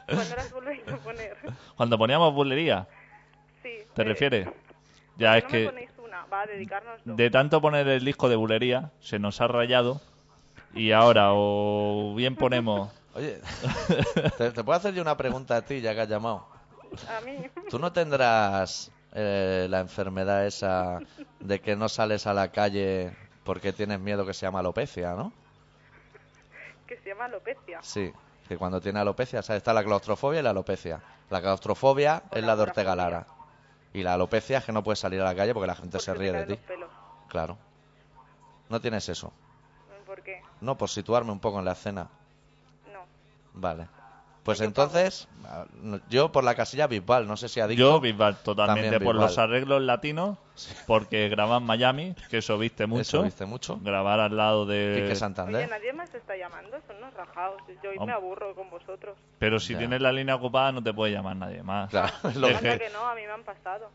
Speaker 4: cuando las volvéis a poner.
Speaker 3: Cuando poníamos bulería,
Speaker 4: Sí.
Speaker 3: ¿te
Speaker 4: eh,
Speaker 3: refieres?
Speaker 4: no
Speaker 3: Ya es
Speaker 4: me
Speaker 3: que
Speaker 4: ponéis una, va a dedicarnos
Speaker 3: de tanto poner el disco de bulería se nos ha rayado y ahora o bien ponemos...
Speaker 2: Oye, ¿te, te puedo hacer yo una pregunta a ti, ya que has llamado?
Speaker 4: A mí.
Speaker 2: ¿Tú no tendrás eh, la enfermedad esa de que no sales a la calle porque tienes miedo que se llama alopecia, no?
Speaker 4: que se llama alopecia.
Speaker 2: Sí, que cuando tiene alopecia, o sea, está la claustrofobia y la alopecia. La claustrofobia
Speaker 4: O
Speaker 2: es
Speaker 4: la
Speaker 2: la de Ortega
Speaker 4: agorafobia.
Speaker 2: Lara. Y la alopecia es que no puedes salir a la calle porque la gente
Speaker 4: Porque
Speaker 2: se
Speaker 4: te
Speaker 2: ríe de
Speaker 4: caen
Speaker 2: ti.
Speaker 4: los pelos.
Speaker 2: Claro. No tienes eso.
Speaker 4: Mm, ¿Por qué?
Speaker 2: No, por situarme un poco en la escena.
Speaker 4: No.
Speaker 2: Vale. Pues entonces, a- no- yo por la casilla Bisbal, no sé si adicto.
Speaker 3: Yo, Bisbal, totalmente
Speaker 2: También
Speaker 3: por
Speaker 2: Bisbal.
Speaker 3: los arreglos latinos, porque graban Miami, que eso viste mucho.
Speaker 2: Eso viste mucho.
Speaker 3: Grabar al lado de.
Speaker 2: Quique
Speaker 4: Oye,
Speaker 2: Santander.
Speaker 4: nadie más está llamando, son unos rajados. Yo hoy
Speaker 3: Hom-
Speaker 4: me aburro con vosotros.
Speaker 3: Pero si
Speaker 2: Ya.
Speaker 3: tienes la línea ocupada, no te puede llamar nadie más.
Speaker 2: Claro, es lo
Speaker 3: Es
Speaker 4: Anda
Speaker 3: que-
Speaker 4: que no, a mí me han pasado.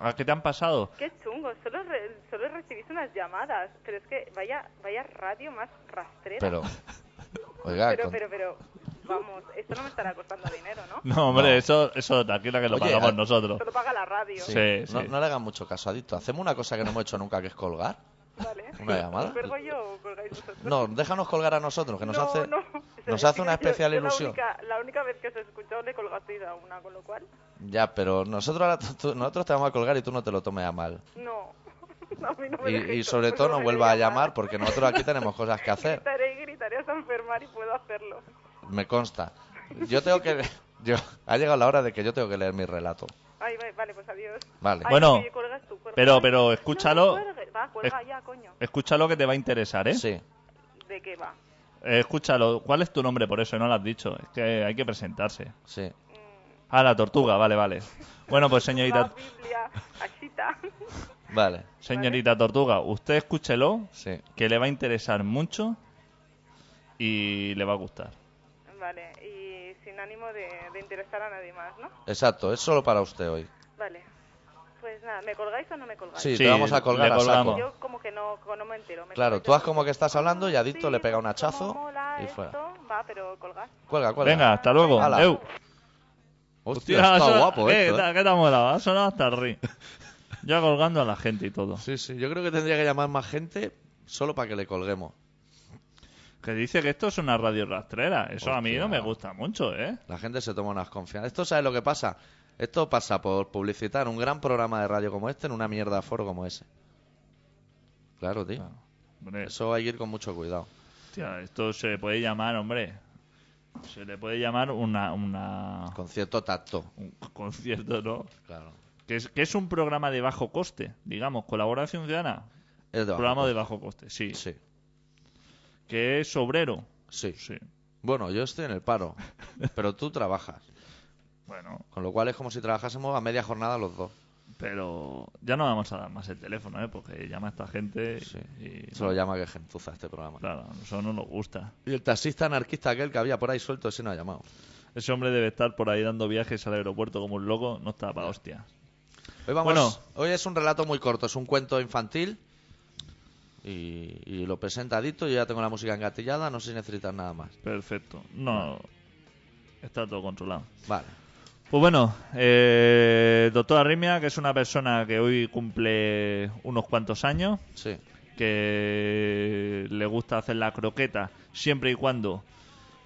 Speaker 3: ¿A qué te han pasado?
Speaker 4: Qué chungo, solo, re- solo recibís unas llamadas. Pero es que vaya, vaya radio más rastrera.
Speaker 2: Pero. Oiga,
Speaker 4: pero,
Speaker 2: con-
Speaker 4: pero, pero, vamos, esto no me estará costando dinero, ¿no?
Speaker 3: No, hombre,
Speaker 2: No.
Speaker 3: eso, eso tranquila que lo
Speaker 2: Oye,
Speaker 3: pagamos
Speaker 2: a-
Speaker 3: nosotros.
Speaker 4: Solo paga la radio.
Speaker 3: Sí.
Speaker 2: no, no le hagan mucho caso, adicto. Hacemos una cosa que no hemos hecho nunca, que es colgar.
Speaker 4: Vale.
Speaker 2: Una llamada.
Speaker 4: ¿Cuelgo yo o colgáis vosotros?
Speaker 2: No, déjanos colgar a nosotros, que nos
Speaker 4: No,
Speaker 2: hace
Speaker 4: no.
Speaker 2: nos
Speaker 4: Es
Speaker 2: hace
Speaker 4: que
Speaker 2: una
Speaker 4: yo-
Speaker 2: especial
Speaker 4: yo
Speaker 2: ilusión.
Speaker 4: La única, la única vez que os he escuchado le colgasteis a una, con lo cual,
Speaker 2: Ya, pero nosotros ahora tú- tú- nosotros te vamos a colgar y tú no te lo tomes a mal.
Speaker 4: no. A mí no me
Speaker 2: Y, y
Speaker 4: dejéis,
Speaker 2: sobre
Speaker 4: porque
Speaker 2: todo
Speaker 4: me
Speaker 2: no
Speaker 4: voy
Speaker 2: vuelvas a llamar porque nosotros aquí tenemos cosas que hacer.
Speaker 4: Gritaré y gritaré hasta enfermar y puedo hacerlo.
Speaker 2: Me consta. Yo tengo que yo ha llegado la hora de que yo tengo que leer mi relato.
Speaker 4: Ay, vale, vale, pues adiós.
Speaker 2: Vale.
Speaker 4: Ay,
Speaker 3: Bueno,
Speaker 4: que cuelgas tú, cuelgas.
Speaker 3: pero-
Speaker 4: Ay,
Speaker 3: pero
Speaker 4: no,
Speaker 3: escúchalo.
Speaker 4: no cuelgues. va, cuelga ya, coño.
Speaker 3: Escúchalo que te va a interesar, ¿eh?
Speaker 2: Sí.
Speaker 4: ¿De qué va?
Speaker 3: Eh, Escúchalo. ¿Cuál es tu nombre? Por eso no lo has dicho. Es que hay que presentarse.
Speaker 2: Sí.
Speaker 3: Ah, la tortuga, vale, vale. Bueno, pues
Speaker 4: La
Speaker 3: señorita,
Speaker 4: Biblia, Ashita.
Speaker 2: Vale.
Speaker 3: señorita tortuga, usted escúchelo,
Speaker 2: Sí.
Speaker 3: que le va a interesar mucho y le va a gustar.
Speaker 4: Vale, y sin ánimo de, de interesar a nadie más, ¿no?
Speaker 2: Exacto, es solo para usted hoy.
Speaker 4: Vale. Pues nada, ¿me colgáis o no me colgáis?
Speaker 2: Sí,
Speaker 3: Sí,
Speaker 2: te vamos a colgar
Speaker 3: le
Speaker 2: a saco.
Speaker 3: colgamos.
Speaker 4: Yo como que no, como no me entero. me
Speaker 2: Claro,
Speaker 4: entero
Speaker 2: tú haz
Speaker 4: yo.
Speaker 2: como que estás hablando y Adicto
Speaker 4: Sí,
Speaker 2: le pega un
Speaker 4: como
Speaker 2: hachazo
Speaker 4: mola
Speaker 2: y fuera.
Speaker 4: esto, Va, pero colgar.
Speaker 2: Cuelga, cuelga.
Speaker 3: Venga, hasta luego.
Speaker 2: Hala.
Speaker 3: Eu.
Speaker 2: Hostia, está
Speaker 3: eso-
Speaker 2: guapo
Speaker 3: ¿Qué,
Speaker 2: esto,
Speaker 3: tal-
Speaker 2: ¿eh?
Speaker 3: qué te ha molado? Ha sonado hasta el ring. Ya colgando a la gente y todo.
Speaker 2: Sí, sí, yo creo que tendría que llamar más gente solo para que le colguemos.
Speaker 3: Que dice que esto es una radio rastrera. Eso a mí
Speaker 2: Hostia.
Speaker 3: no me gusta mucho, ¿eh?
Speaker 2: La gente se toma unas confianzas. Esto, ¿sabes lo que pasa? Esto pasa por publicitar un gran programa de radio como este en una mierda de foro como ese. Claro, tío.
Speaker 3: Hombre,
Speaker 2: Eso hay que ir con mucho cuidado.
Speaker 3: hostia, esto se le puede llamar, hombre. Se le puede llamar una, una
Speaker 2: Con cierto tacto.
Speaker 3: un concierto, ¿no?
Speaker 2: Claro.
Speaker 3: Que es, que es un programa de bajo coste, digamos, colaboración ciudadana.
Speaker 2: Es de bajo
Speaker 3: programa de
Speaker 2: coste.
Speaker 3: bajo coste, sí.
Speaker 2: Sí,
Speaker 3: Que es obrero.
Speaker 2: sí.
Speaker 3: Sí.
Speaker 2: Bueno, yo estoy en el paro, pero tú trabajas.
Speaker 3: Bueno,
Speaker 2: Con lo cual es como si trabajásemos a media jornada los dos.
Speaker 3: pero ya no vamos a dar más el teléfono, ¿eh? Porque llama esta gente
Speaker 2: Sí.
Speaker 3: y...
Speaker 2: Se lo llama que gentuza este programa.
Speaker 3: Claro, a nosotros no nos gusta.
Speaker 2: Y el taxista anarquista aquel que había por ahí suelto, ese no ha llamado.
Speaker 3: Ese hombre debe estar por ahí dando viajes al aeropuerto como un loco, no está para hostia.
Speaker 2: Hoy, vamos,
Speaker 3: Bueno.
Speaker 2: hoy es un relato muy corto, es un cuento infantil. Y, y lo presentadito, yo ya tengo la música engatillada, no sé si necesitas nada más.
Speaker 3: Perfecto. No, está todo controlado.
Speaker 2: Vale.
Speaker 3: Pues bueno, eh, doctor Arrimia, que es una persona que hoy cumple unos cuantos años,
Speaker 2: Sí,
Speaker 3: que le gusta hacer la croqueta siempre y cuando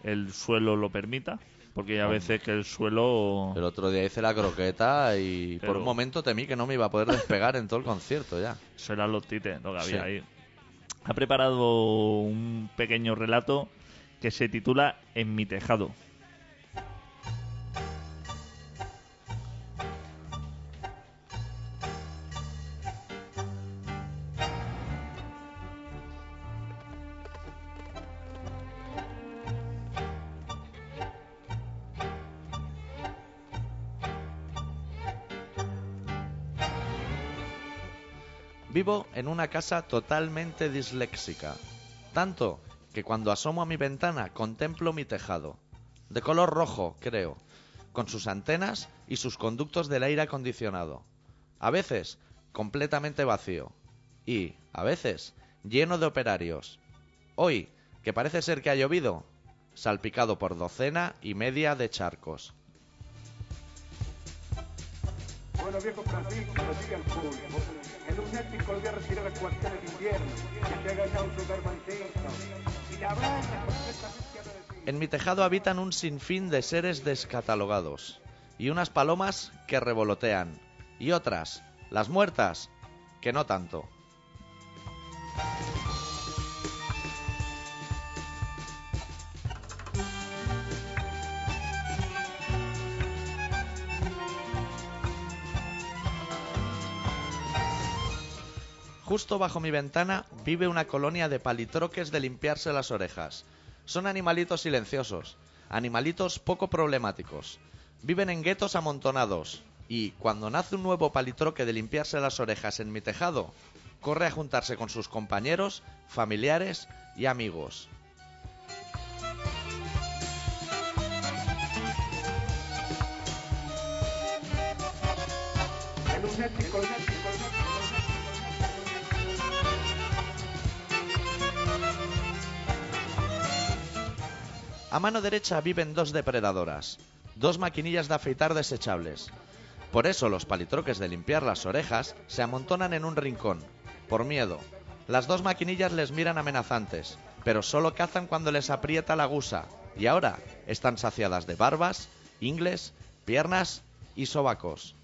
Speaker 3: el suelo lo permita, porque hay a veces que el suelo...
Speaker 2: el otro día hice la croqueta y por
Speaker 3: Pero-
Speaker 2: un momento temí que no me iba a poder despegar en todo el concierto ya.
Speaker 3: Eso eran los tites, lo que había
Speaker 2: Sí.
Speaker 3: ahí. Ha preparado un pequeño relato que se titula En mi tejado.
Speaker 2: Vivo en una casa totalmente disléxica, tanto que cuando asomo a mi ventana contemplo mi tejado, de color rojo, creo, con sus antenas y sus conductos del aire acondicionado, a veces completamente vacío y, a veces, lleno de operarios. Hoy, que parece ser que ha llovido, salpicado por docena y media de charcos.
Speaker 5: Bueno, viejo Francisco, lo diga al público. El lunes Pico voy a retirar al cuartel de invierno, que se ha ganado un lugar maldito. Y la abraza perfectamente a la vecina.
Speaker 2: En mi tejado habitan un sinfín de seres descatalogados y unas palomas que revolotean y otras, las muertas, que no tanto. Justo bajo mi ventana vive una colonia de palitroques de limpiarse las orejas. Son animalitos silenciosos, animalitos poco problemáticos. Viven en guetos amontonados y, cuando nace un nuevo palitroque de limpiarse las orejas en mi tejado, corre a juntarse con sus compañeros, familiares y amigos.
Speaker 6: El lunático, el lunático, el lunático.
Speaker 2: A mano derecha viven dos depredadoras, dos maquinillas de afeitar desechables. Por eso los palitroques de limpiar las orejas se amontonan en un rincón, por miedo. Las dos maquinillas les miran amenazantes, pero solo cazan cuando les aprieta la gusa, y ahora están saciadas de barbas, ingles, piernas y sobacos.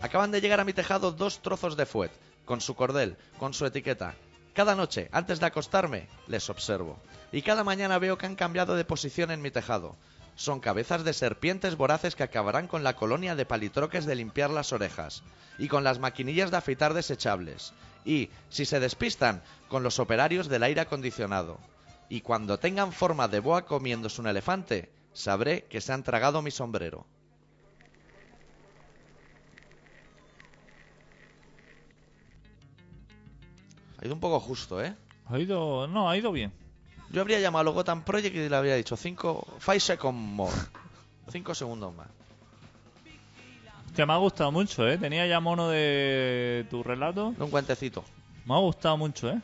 Speaker 2: Acaban de llegar a mi tejado dos trozos de fuet, con su cordel, con su etiqueta. Cada noche, antes de acostarme, les observo. Y cada mañana veo que han cambiado de posición en mi tejado. Son cabezas de serpientes voraces que acabarán con la colonia de palitroques de limpiar las orejas. Y con las maquinillas de afeitar desechables. Y, si se despistan, con los operarios del aire acondicionado. Y cuando tengan forma de boa comiéndose un elefante, sabré que se han tragado mi sombrero. Ha ido un poco justo, ¿eh?
Speaker 3: Ha ido. No, ha ido bien.
Speaker 2: Yo habría llamado a Logotan Project y le habría dicho 5 five seconds more. 5 segundos más.
Speaker 3: Que me ha gustado mucho, ¿eh? Tenía ya mono de tu relato.
Speaker 2: Un cuentecito.
Speaker 3: Me ha gustado mucho, ¿eh?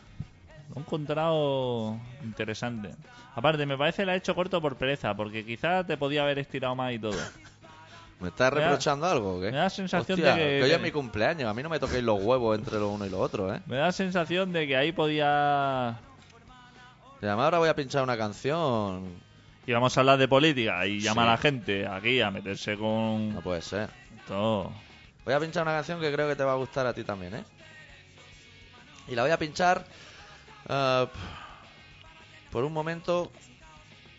Speaker 3: Lo he encontrado interesante. Aparte, me parece que la he hecho corto por pereza, porque quizás te podía haber estirado más y todo.
Speaker 2: ¿Me estás
Speaker 3: Me da-
Speaker 2: reprochando algo o qué?
Speaker 3: me da sensación
Speaker 2: Hostia,
Speaker 3: de que-
Speaker 2: hoy es mi cumpleaños. A mí no me toquéis los huevos entre lo uno y lo otro, ¿eh?
Speaker 3: Me da la sensación de que ahí podía...
Speaker 2: Y además ahora voy a pinchar una canción.
Speaker 3: Y vamos a hablar de política y llama
Speaker 2: Sí.
Speaker 3: a la gente aquí a meterse
Speaker 2: No
Speaker 3: con...
Speaker 2: puede ser.
Speaker 3: Todo.
Speaker 2: Voy a pinchar una canción que creo que te va a gustar a ti también, ¿eh? Y la voy a pinchar eh, por un momento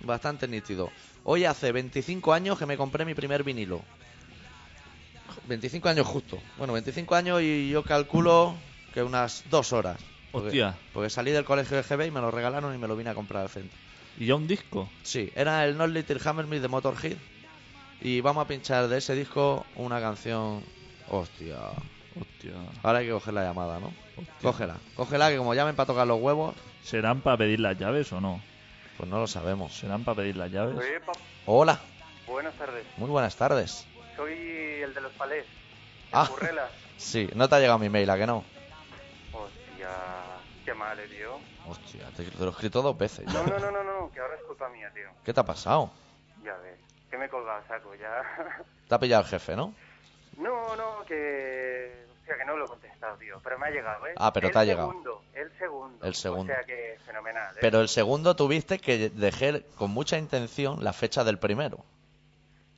Speaker 2: bastante nítido. Hoy hace 25 años que me compré mi primer vinilo. 25 años justo. Bueno, 25 años y yo calculo que unas dos horas. Porque-
Speaker 3: Hostia.
Speaker 2: Porque salí del colegio de GB y me lo regalaron y me lo vine a comprar al centro.
Speaker 3: Y ya un disco.
Speaker 2: Sí, era el Not Little Hammersmith de Motorhead. Y vamos a pinchar de ese disco una canción. Hostia.
Speaker 3: Hostia.
Speaker 2: Ahora hay que coger la llamada, ¿no?
Speaker 3: Hostia.
Speaker 2: Cógela. Cógela, que como llamen para tocar los huevos,
Speaker 3: ¿Serán para pedir las llaves o no?
Speaker 2: pues no lo sabemos.
Speaker 3: ¿Serán para pedir las llaves?
Speaker 5: Epa,
Speaker 2: Hola,
Speaker 5: buenas tardes.
Speaker 2: muy buenas tardes.
Speaker 5: Soy el de los palés.
Speaker 2: Ah.
Speaker 5: Ah. Currela.
Speaker 2: Sí, no te ha llegado mi mail, ¿a que no?
Speaker 5: Hostia, qué mal, eh, tío.
Speaker 2: Hostia, te, te lo he escrito dos veces.
Speaker 5: No, no, no, no, no, que ahora es culpa mía, tío.
Speaker 2: ¿Qué te ha pasado?
Speaker 5: Ya ves, que me he colgado, saco, ya.
Speaker 2: Te ha pillado el jefe, ¿no?
Speaker 5: No, no, que... Hostia, que no lo he contestado, tío. Pero me ha llegado, ¿eh?
Speaker 2: Ah, pero
Speaker 5: El
Speaker 2: te ha llegado.
Speaker 5: Segundo, el segundo.
Speaker 2: El segundo.
Speaker 5: O sea que fenomenal, ¿eh?
Speaker 2: Pero el segundo tuviste que dejé con mucha intención la fecha del primero.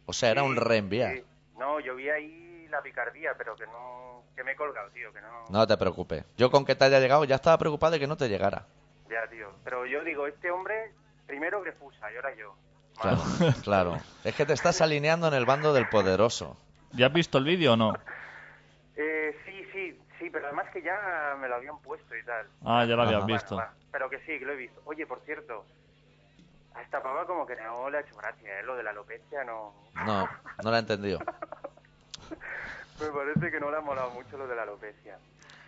Speaker 2: O sea, era un
Speaker 5: Sí,
Speaker 2: reenviar.
Speaker 5: sí. No, yo vi ahí la picardía, pero que no... Que me he colgado, tío, que no...
Speaker 2: No te preocupes. Yo con que te haya llegado ya estaba preocupado de que no te llegara.
Speaker 5: Ya, tío. Pero yo digo, este hombre primero refusa y ahora yo.
Speaker 2: Claro, claro. Es que te estás alineando en el bando del poderoso.
Speaker 3: ¿Ya has visto el vídeo o no?
Speaker 5: Eh, sí, sí, sí, pero además que ya me lo habían puesto y tal.
Speaker 3: Ah, ya lo habías
Speaker 2: Ajá.
Speaker 5: Bueno,
Speaker 3: visto.
Speaker 5: va, pero que sí, que lo he visto. Oye, por cierto, a esta pava como que no le ha hecho gracia, ¿eh? Lo de la alopecia no...
Speaker 2: No, no la he entendido.
Speaker 5: Me parece que no le ha molado mucho lo de la alopecia.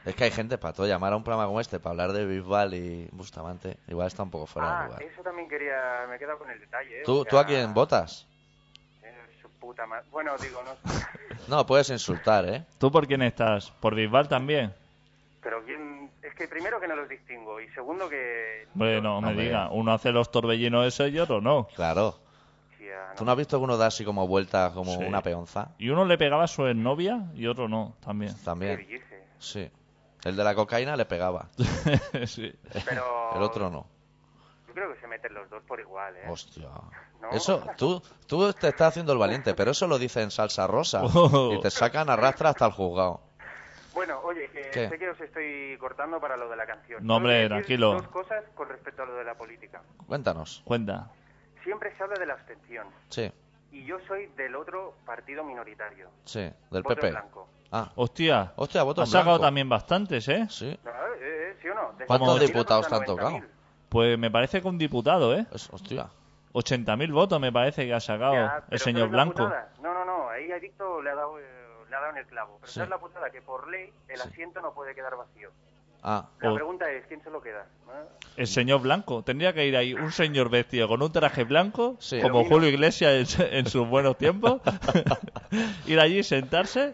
Speaker 2: Es que hay gente para todo llamar a un programa como este, para hablar de Bisbal y Bustamante. Igual está un poco fuera de
Speaker 5: Ah,
Speaker 2: lugar.
Speaker 5: eso también quería... Me he quedado con el detalle, ¿eh? O
Speaker 2: ¿Tú,
Speaker 5: sea,
Speaker 2: ¿Tú a quién votas?
Speaker 5: eh, su puta madre. Bueno, digo, no sé.
Speaker 2: No, puedes insultar, ¿eh?
Speaker 3: ¿Tú por quién estás? ¿Por Bisbal también?
Speaker 5: Pero quién... Es que primero que no los distingo y segundo que...
Speaker 3: Bueno, no me
Speaker 2: Hombre.
Speaker 3: diga. Uno hace los torbellinos esos y otro no.
Speaker 2: Claro.
Speaker 5: Hostia,
Speaker 2: ¿Tú no has visto que uno da así como vueltas, como
Speaker 3: Sí.
Speaker 2: una peonza?
Speaker 3: Y uno le pegaba a su exnovia y otro no, también.
Speaker 5: ¿Qué
Speaker 2: También,
Speaker 5: dices?
Speaker 2: sí. El de la cocaína le pegaba.
Speaker 3: sí.
Speaker 5: Pero...
Speaker 2: El otro no.
Speaker 5: Yo creo que se meten los dos por igual, Oh, ¿eh?
Speaker 2: Hostia.
Speaker 5: No.
Speaker 2: Eso, tú, tú te estás haciendo el valiente, pero eso lo dice en salsa rosa.
Speaker 3: Oh.
Speaker 2: Y te sacan arrastra hasta el juzgado.
Speaker 5: Bueno, oye, que
Speaker 2: ¿Qué?
Speaker 5: sé que os estoy cortando para lo de la canción.
Speaker 3: No, hombre,
Speaker 5: Solo quería decir
Speaker 3: tranquilo.
Speaker 5: Dos cosas con respecto a lo de la política.
Speaker 2: Cuéntanos.
Speaker 3: Cuenta.
Speaker 5: siempre se habla de la abstención.
Speaker 2: Sí,
Speaker 5: Y yo soy del otro partido minoritario.
Speaker 2: sí, del
Speaker 5: voto
Speaker 2: PP.
Speaker 5: en blanco.
Speaker 2: Ah,
Speaker 3: Hostia,
Speaker 2: hostia, voto
Speaker 3: ha
Speaker 2: en
Speaker 3: sacado
Speaker 2: blanco.
Speaker 3: también bastantes, ¿eh?
Speaker 2: Sí,
Speaker 5: No, eh, eh, ¿Sí o no? De
Speaker 2: ¿Cuántos
Speaker 5: 40.000
Speaker 2: diputados
Speaker 5: hasta
Speaker 2: te han tocado?
Speaker 5: 90.000.
Speaker 3: Pues me parece que un diputado, ¿eh?
Speaker 2: es- Pues, hostia.
Speaker 3: 80.000 votos me parece que ha sacado
Speaker 5: Ya, pero
Speaker 3: el
Speaker 5: ¿sabes
Speaker 3: señor
Speaker 5: la
Speaker 3: Blanco.
Speaker 5: putada? No, no, no, ahí Adicto le ha dado, eh, le ha dado en el clavo. Pero
Speaker 2: Sí.
Speaker 5: ¿sabes la putada? Que por ley el
Speaker 2: Sí.
Speaker 5: asiento no puede quedar vacío.
Speaker 2: Ah,
Speaker 5: La
Speaker 3: Oh.
Speaker 5: pregunta es, ¿quién se lo queda? ¿Eh? ¿No?
Speaker 3: El señor Blanco. Tendría que ir ahí un señor vestido con un traje blanco,
Speaker 2: Sí.
Speaker 3: como
Speaker 5: Pero
Speaker 3: Julio Iglesias en, en sus buenos tiempos. ir allí, sentarse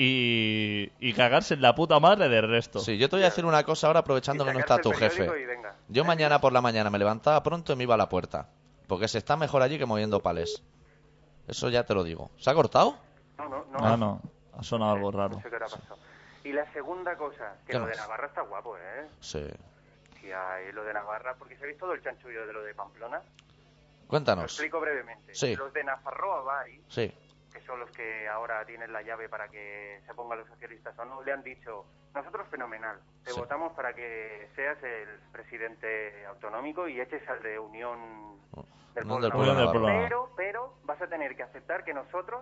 Speaker 3: y, y cagarse en la puta madre del resto.
Speaker 2: sí, yo te voy a decir una cosa ahora aprovechando
Speaker 5: Y
Speaker 2: que no
Speaker 5: sacarse
Speaker 2: está tu
Speaker 5: el periódico
Speaker 2: jefe.
Speaker 5: y venga.
Speaker 2: Yo mañana por la mañana me levantaba pronto y me iba a la puerta. Porque se está mejor allí que moviendo pales. Eso ya te lo digo. ¿Se ha cortado?
Speaker 5: No, no, no.
Speaker 3: Ah, no. Ha sonado algo
Speaker 5: No
Speaker 3: raro.
Speaker 5: sé qué habrá pasado. Y la segunda cosa, que
Speaker 2: ¿Qué
Speaker 5: lo de
Speaker 2: más?
Speaker 5: Navarra está guapo, ¿eh?
Speaker 2: Sí.
Speaker 5: Sí, hay lo de Navarra, porque se ha visto todo el chanchullo de lo de Pamplona. Lo
Speaker 2: Cuéntanos.
Speaker 5: explico brevemente.
Speaker 2: Ah, Sí.
Speaker 5: Los de Nafarroa Bai,
Speaker 2: Sí,
Speaker 5: que son los que ahora tienen la llave para que se pongan los socialistas o no, le han dicho, nosotros fenomenal, te
Speaker 2: Sí.
Speaker 5: votamos para que seas el presidente autonómico y eches al de Unión del
Speaker 2: Unión
Speaker 5: Pueblo
Speaker 2: del
Speaker 3: Pueblo
Speaker 5: Navarro.
Speaker 3: Navarro.
Speaker 5: Pero, pero vas a tener que aceptar que nosotros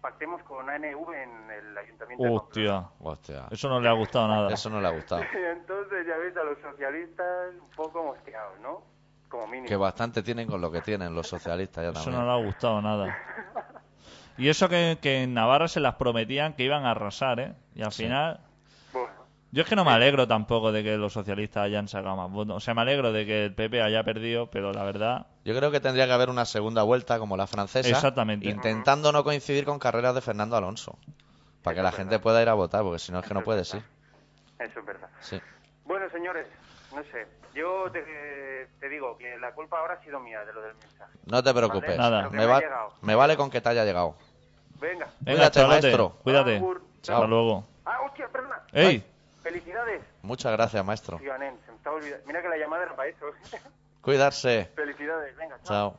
Speaker 5: pactemos con ANV en el ayuntamiento de Pamplona.
Speaker 3: Hostia.
Speaker 2: hostia.
Speaker 3: Eso no le ha gustado nada.
Speaker 2: Eso no le ha gustado.
Speaker 5: Entonces ya ves a los socialistas un poco mosqueados, ¿no? Como mínimo.
Speaker 2: Que bastante tienen con lo que tienen los socialistas ya
Speaker 3: Eso no le
Speaker 2: también.
Speaker 3: ha gustado nada. Y eso que, que en Navarra se las prometían que iban a arrasar, ¿eh? Y al
Speaker 2: Sí.
Speaker 3: final...
Speaker 5: Bueno,
Speaker 3: Yo es que no me alegro tampoco de que los socialistas hayan sacado más votos. O sea, me alegro de que el PP haya perdido, pero la verdad...
Speaker 2: Yo creo que tendría que haber una segunda vuelta como la francesa.
Speaker 3: Exactamente.
Speaker 2: Intentando no coincidir con carreras de Fernando Alonso. Para que la gente pueda ir a votar, porque si no es que no puede, sí.
Speaker 5: eso es verdad.
Speaker 2: Sí.
Speaker 5: Bueno, señores, no sé. Yo te, te digo que la culpa ahora ha sido mía de lo del mensaje.
Speaker 2: No te preocupes.
Speaker 5: Vale,
Speaker 3: Nada.
Speaker 5: pero que
Speaker 2: Me,
Speaker 5: me ha
Speaker 2: va-
Speaker 5: llegado.
Speaker 2: me vale con que te haya llegado.
Speaker 5: Venga.
Speaker 3: Venga,
Speaker 2: Cuídate,
Speaker 3: chavalote,
Speaker 2: maestro.
Speaker 3: Cuídate.
Speaker 5: Agur.
Speaker 3: Hasta luego.
Speaker 5: Ah, hostia, perdona.
Speaker 3: ¡Ey!
Speaker 5: Felicidades.
Speaker 2: Muchas gracias, maestro.
Speaker 5: Tío, Anen, se me estaba olvidando. Mira que la llamada era para eso.
Speaker 2: Cuidarse.
Speaker 5: Felicidades, venga, chao.
Speaker 2: Chao.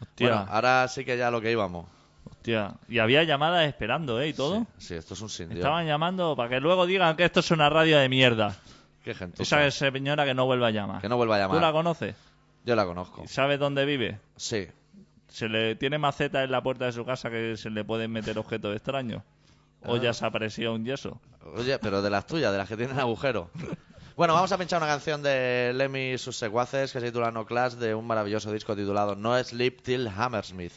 Speaker 3: Hostia,
Speaker 2: Bueno, ahora sí que ya lo que íbamos.
Speaker 3: hostia. Y había llamadas esperando, ¿eh? Y todo.
Speaker 2: Sí, sí, esto es un sin Dios.
Speaker 3: Estaban llamando para que luego digan que esto es una radio de mierda.
Speaker 2: Qué gentuza.
Speaker 3: Esa es señora que no vuelva a llamar.
Speaker 2: Que no vuelva a
Speaker 3: ¿Tú la
Speaker 2: llamar.
Speaker 3: conoces?
Speaker 2: Yo la conozco.
Speaker 3: ¿Sabes dónde vive?
Speaker 2: Sí.
Speaker 3: ¿Se le tiene maceta en la puerta de su casa que se le pueden meter objetos extraños?
Speaker 2: Ah.
Speaker 3: ¿O ya se aparecía un yeso?
Speaker 2: Oye, pero de las tuyas, de las que tienen agujero. Bueno, vamos a pinchar una canción de Lemmy y sus secuaces que se titula No Clash de un maravilloso disco titulado No Sleep Till Hammersmith.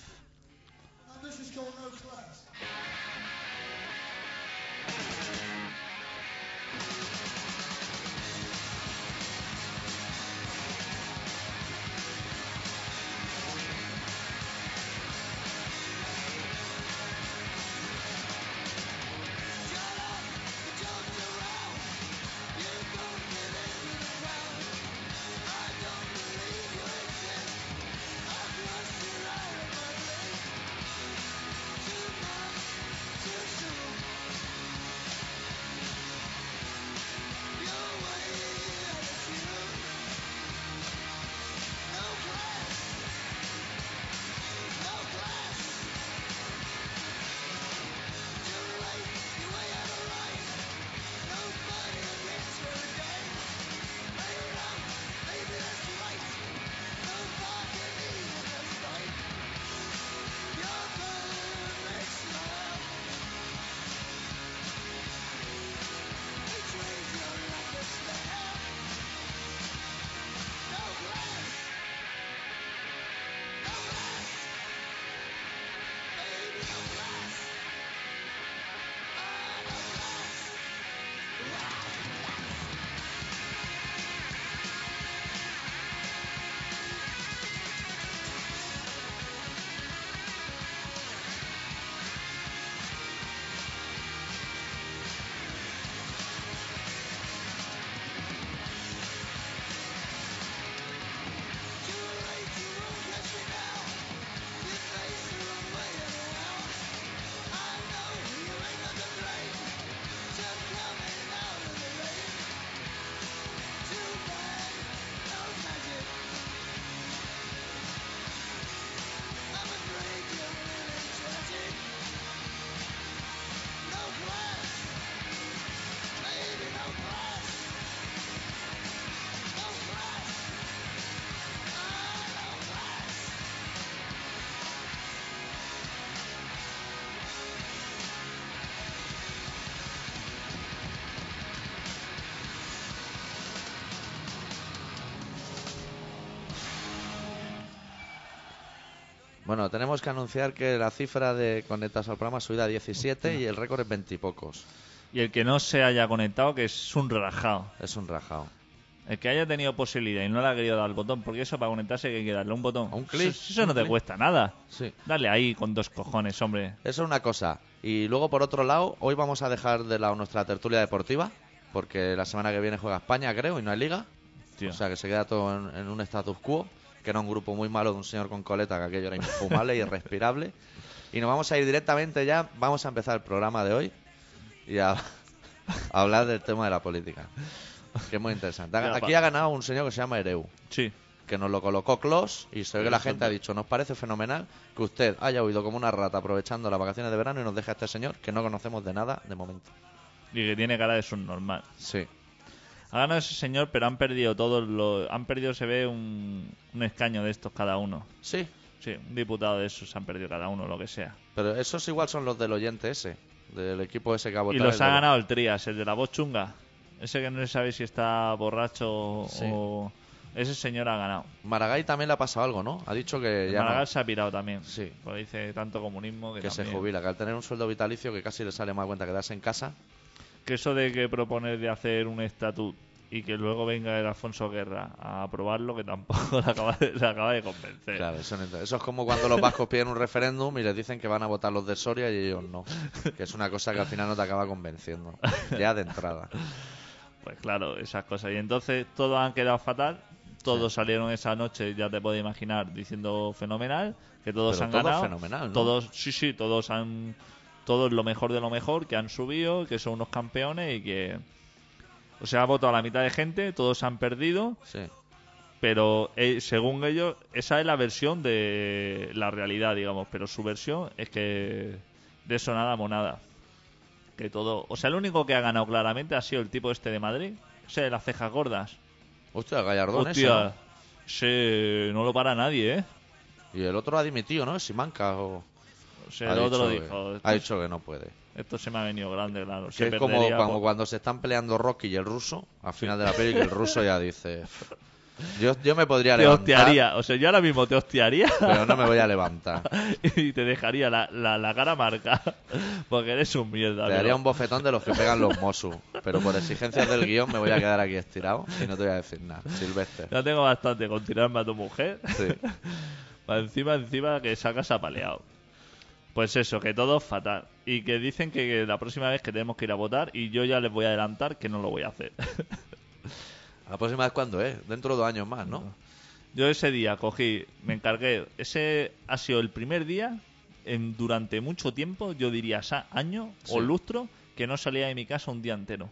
Speaker 1: I don't believe you exist. I must be out of my
Speaker 2: Bueno, tenemos que anunciar que la cifra de conectados al programa ha subido a 17 y el récord es 20 y pocos.
Speaker 3: Y el que no se haya conectado, que es un relajado.
Speaker 2: Es un rajao.
Speaker 3: El que haya tenido posibilidad y no le ha querido dar al botón, porque eso para conectarse hay que darle un botón.
Speaker 2: A un clic,
Speaker 3: Eso, eso
Speaker 2: un
Speaker 3: no te
Speaker 2: clic.
Speaker 3: cuesta nada.
Speaker 2: Sí.
Speaker 3: Dale ahí con dos cojones, hombre.
Speaker 2: Eso es una cosa. Y luego, por otro lado, hoy vamos a dejar de lado nuestra tertulia deportiva, porque la semana que viene juega España, creo, y no hay liga.
Speaker 3: Tío.
Speaker 2: O sea, que se queda todo en, en un status quo, que era un grupo muy malo de un señor con coleta, que aquello era infumable y irrespirable. Y nos vamos a ir directamente ya, vamos a empezar el programa de hoy y a, a hablar del tema de la política, que es muy interesante.
Speaker 3: Ya,
Speaker 2: Aquí
Speaker 3: va.
Speaker 2: ha ganado un señor que se llama Ereu,
Speaker 3: sí.
Speaker 2: que nos lo colocó Clos y se ve que la gente ha dicho, nos parece fenomenal que usted haya huido como una rata aprovechando las vacaciones de verano y nos deja a este señor que no conocemos de nada de momento.
Speaker 3: Y que tiene cara de subnormal.
Speaker 2: Sí.
Speaker 3: Ha ganado ese señor, pero han perdido todos los... Han perdido, se ve, un, un escaño de estos cada uno.
Speaker 2: Sí,
Speaker 3: Sí, un diputado de esos han perdido cada uno, lo que sea.
Speaker 2: pero esos igual son los del oyente ese, del equipo ese que ha
Speaker 3: Y
Speaker 2: votado.
Speaker 3: los
Speaker 2: el
Speaker 3: ha
Speaker 2: de-
Speaker 3: ganado el Trias, el de la voz chunga. Ese que no se sabe si está borracho
Speaker 2: Sí.
Speaker 3: o... Ese señor ha ganado.
Speaker 2: Maragall también le ha pasado algo, ¿no? Ha dicho que ya no-
Speaker 3: Maragall se ha pirado también.
Speaker 2: Sí.
Speaker 3: Porque dice tanto comunismo que,
Speaker 2: que se
Speaker 3: también-
Speaker 2: jubila, que al tener un sueldo vitalicio que casi le sale más a cuenta quedarse en casa.
Speaker 3: Que eso de que proponer de hacer un estatut y que luego venga el Alfonso Guerra a aprobarlo, que tampoco le acaba de, le acaba de convencer.
Speaker 2: Claro, eso, no ent- eso es como cuando los vascos piden un referéndum y les dicen que van a votar los de Soria y ellos no. Que es una cosa que al final no te acaba convenciendo. Ya de entrada.
Speaker 3: Pues claro, esas cosas. Y entonces todos han quedado fatal. Todos salieron esa noche, ya te puedes imaginar, diciendo fenomenal, que todos
Speaker 2: Pero
Speaker 3: han
Speaker 2: todos
Speaker 3: ganado.
Speaker 2: fenomenal, ¿no?
Speaker 3: Todos, sí, sí, todos han todos lo mejor de lo mejor, que han subido, que son unos campeones y que o sea, ha votado la mitad de gente, todos han perdido,
Speaker 2: Sí.
Speaker 3: pero eh, según ellos esa es la versión de la realidad, digamos, pero su versión es que de eso nada monada. Que todo, o sea, el único que ha ganado claramente ha sido el tipo este de Madrid, o sea, de las cejas gordas.
Speaker 2: Hostia, Gallardón ese.
Speaker 3: Hostia,
Speaker 2: ¿no?
Speaker 3: ese no lo para nadie, ¿eh?
Speaker 2: Y el otro ha dimitido, ¿no? Simanca o.
Speaker 3: O sea,
Speaker 2: ha
Speaker 3: el otro
Speaker 2: dicho
Speaker 3: dijo,
Speaker 2: que-
Speaker 3: esto,
Speaker 2: ha dicho que no puede.
Speaker 3: esto se me ha venido grande, claro. se
Speaker 2: Que es como
Speaker 3: perdería pues,
Speaker 2: cuando,
Speaker 3: por-
Speaker 2: cuando se están peleando Rocky y el ruso, al final de la peli, que el ruso ya dice. Yo, yo me podría
Speaker 3: te
Speaker 2: levantar.
Speaker 3: hostiaría, o sea, yo ahora mismo te hostiaría
Speaker 2: Pero no me voy a levantar.
Speaker 3: y te dejaría la, la, la cara marcada porque eres un mierda.
Speaker 2: Te
Speaker 3: pero-
Speaker 2: daría un bofetón de los que pegan los Mosu. Pero por exigencias del guión me voy a quedar aquí estirado y no te voy a decir nada. Silvestre.
Speaker 3: Ya tengo bastante con tirarme a tu mujer.
Speaker 2: Sí.
Speaker 3: Para encima, encima que sacas apaleado. Pues eso, que todo es fatal. Y que dicen que la próxima vez que tenemos que ir a votar, y yo ya les voy a adelantar que no lo voy a hacer.
Speaker 2: La próxima es cuando es. Dentro de dos años más, ¿no?
Speaker 3: Yo ese día cogí, me encargué. Ese ha sido el primer día en, durante mucho tiempo, yo diría sa- año
Speaker 2: Sí.
Speaker 3: o lustro, que no salía de mi casa un día entero.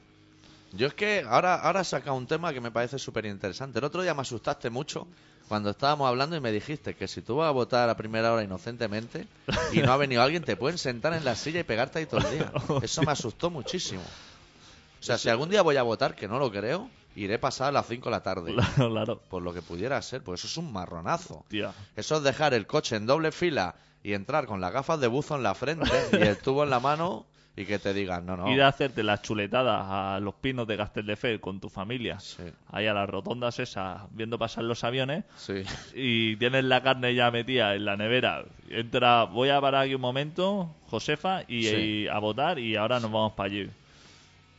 Speaker 2: Yo es que ahora, ahora has sacado un tema que me parece súper interesante. El otro día me asustaste mucho cuando estábamos hablando y me dijiste que si tú vas a votar a primera hora inocentemente y no ha venido alguien, te pueden sentar en la silla y pegarte ahí todo el día. Eso me asustó muchísimo. O sea, si algún día voy a votar, que no lo creo, iré pasada a las 5 de la tarde.
Speaker 3: Claro, claro.
Speaker 2: Por lo que pudiera ser, pues eso es un marronazo.
Speaker 3: Tía.
Speaker 2: Eso es dejar el coche en doble fila y entrar con las gafas de buzo en la frente y el tubo en la mano y que te digan, no, no.
Speaker 3: Ir a hacerte las chuletadas a los pinos de Castelldefels con tu familia.
Speaker 2: Sí.
Speaker 3: Ahí a las rotondas esas, viendo pasar los aviones.
Speaker 2: Sí.
Speaker 3: Y tienes la carne ya metida en la nevera. Entra, voy a parar aquí un momento, Josefa, y,
Speaker 2: Sí.
Speaker 3: y a votar y ahora nos vamos para allí.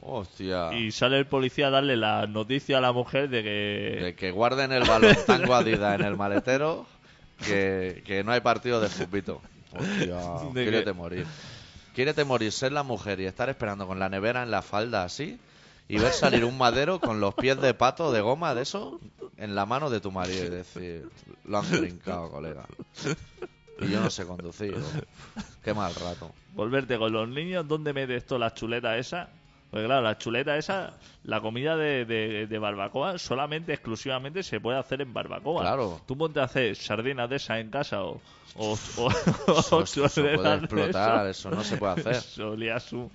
Speaker 2: Hostia.
Speaker 3: Y sale el policía a darle la noticia a la mujer de que...
Speaker 2: De que guarden el balón tango Adidas en el maletero, que, que no hay partido de fútbol. Hostia,
Speaker 3: De
Speaker 2: quiérete
Speaker 3: que-
Speaker 2: morir. Quiérete morir, ser la mujer y estar esperando con la nevera en la falda así y ver salir un madero con los pies de pato de goma de eso en la mano de tu marido y decir, lo han trincado, colega. Y yo no sé conducir. o- Qué mal rato.
Speaker 3: Volverte con los niños, ¿dónde metes todas las chuletas esas? Pues claro, las chuletas esas, la comida de, de- de barbacoa solamente, exclusivamente se puede hacer en barbacoa.
Speaker 2: Claro.
Speaker 3: Tú ponte a hacer sardinas de esas en casa o, o, o-
Speaker 2: Eso, eso-
Speaker 3: o
Speaker 2: eso
Speaker 3: chuletas
Speaker 2: puede
Speaker 3: de
Speaker 2: explotar, eso no se puede hacer.
Speaker 3: Eso lías un,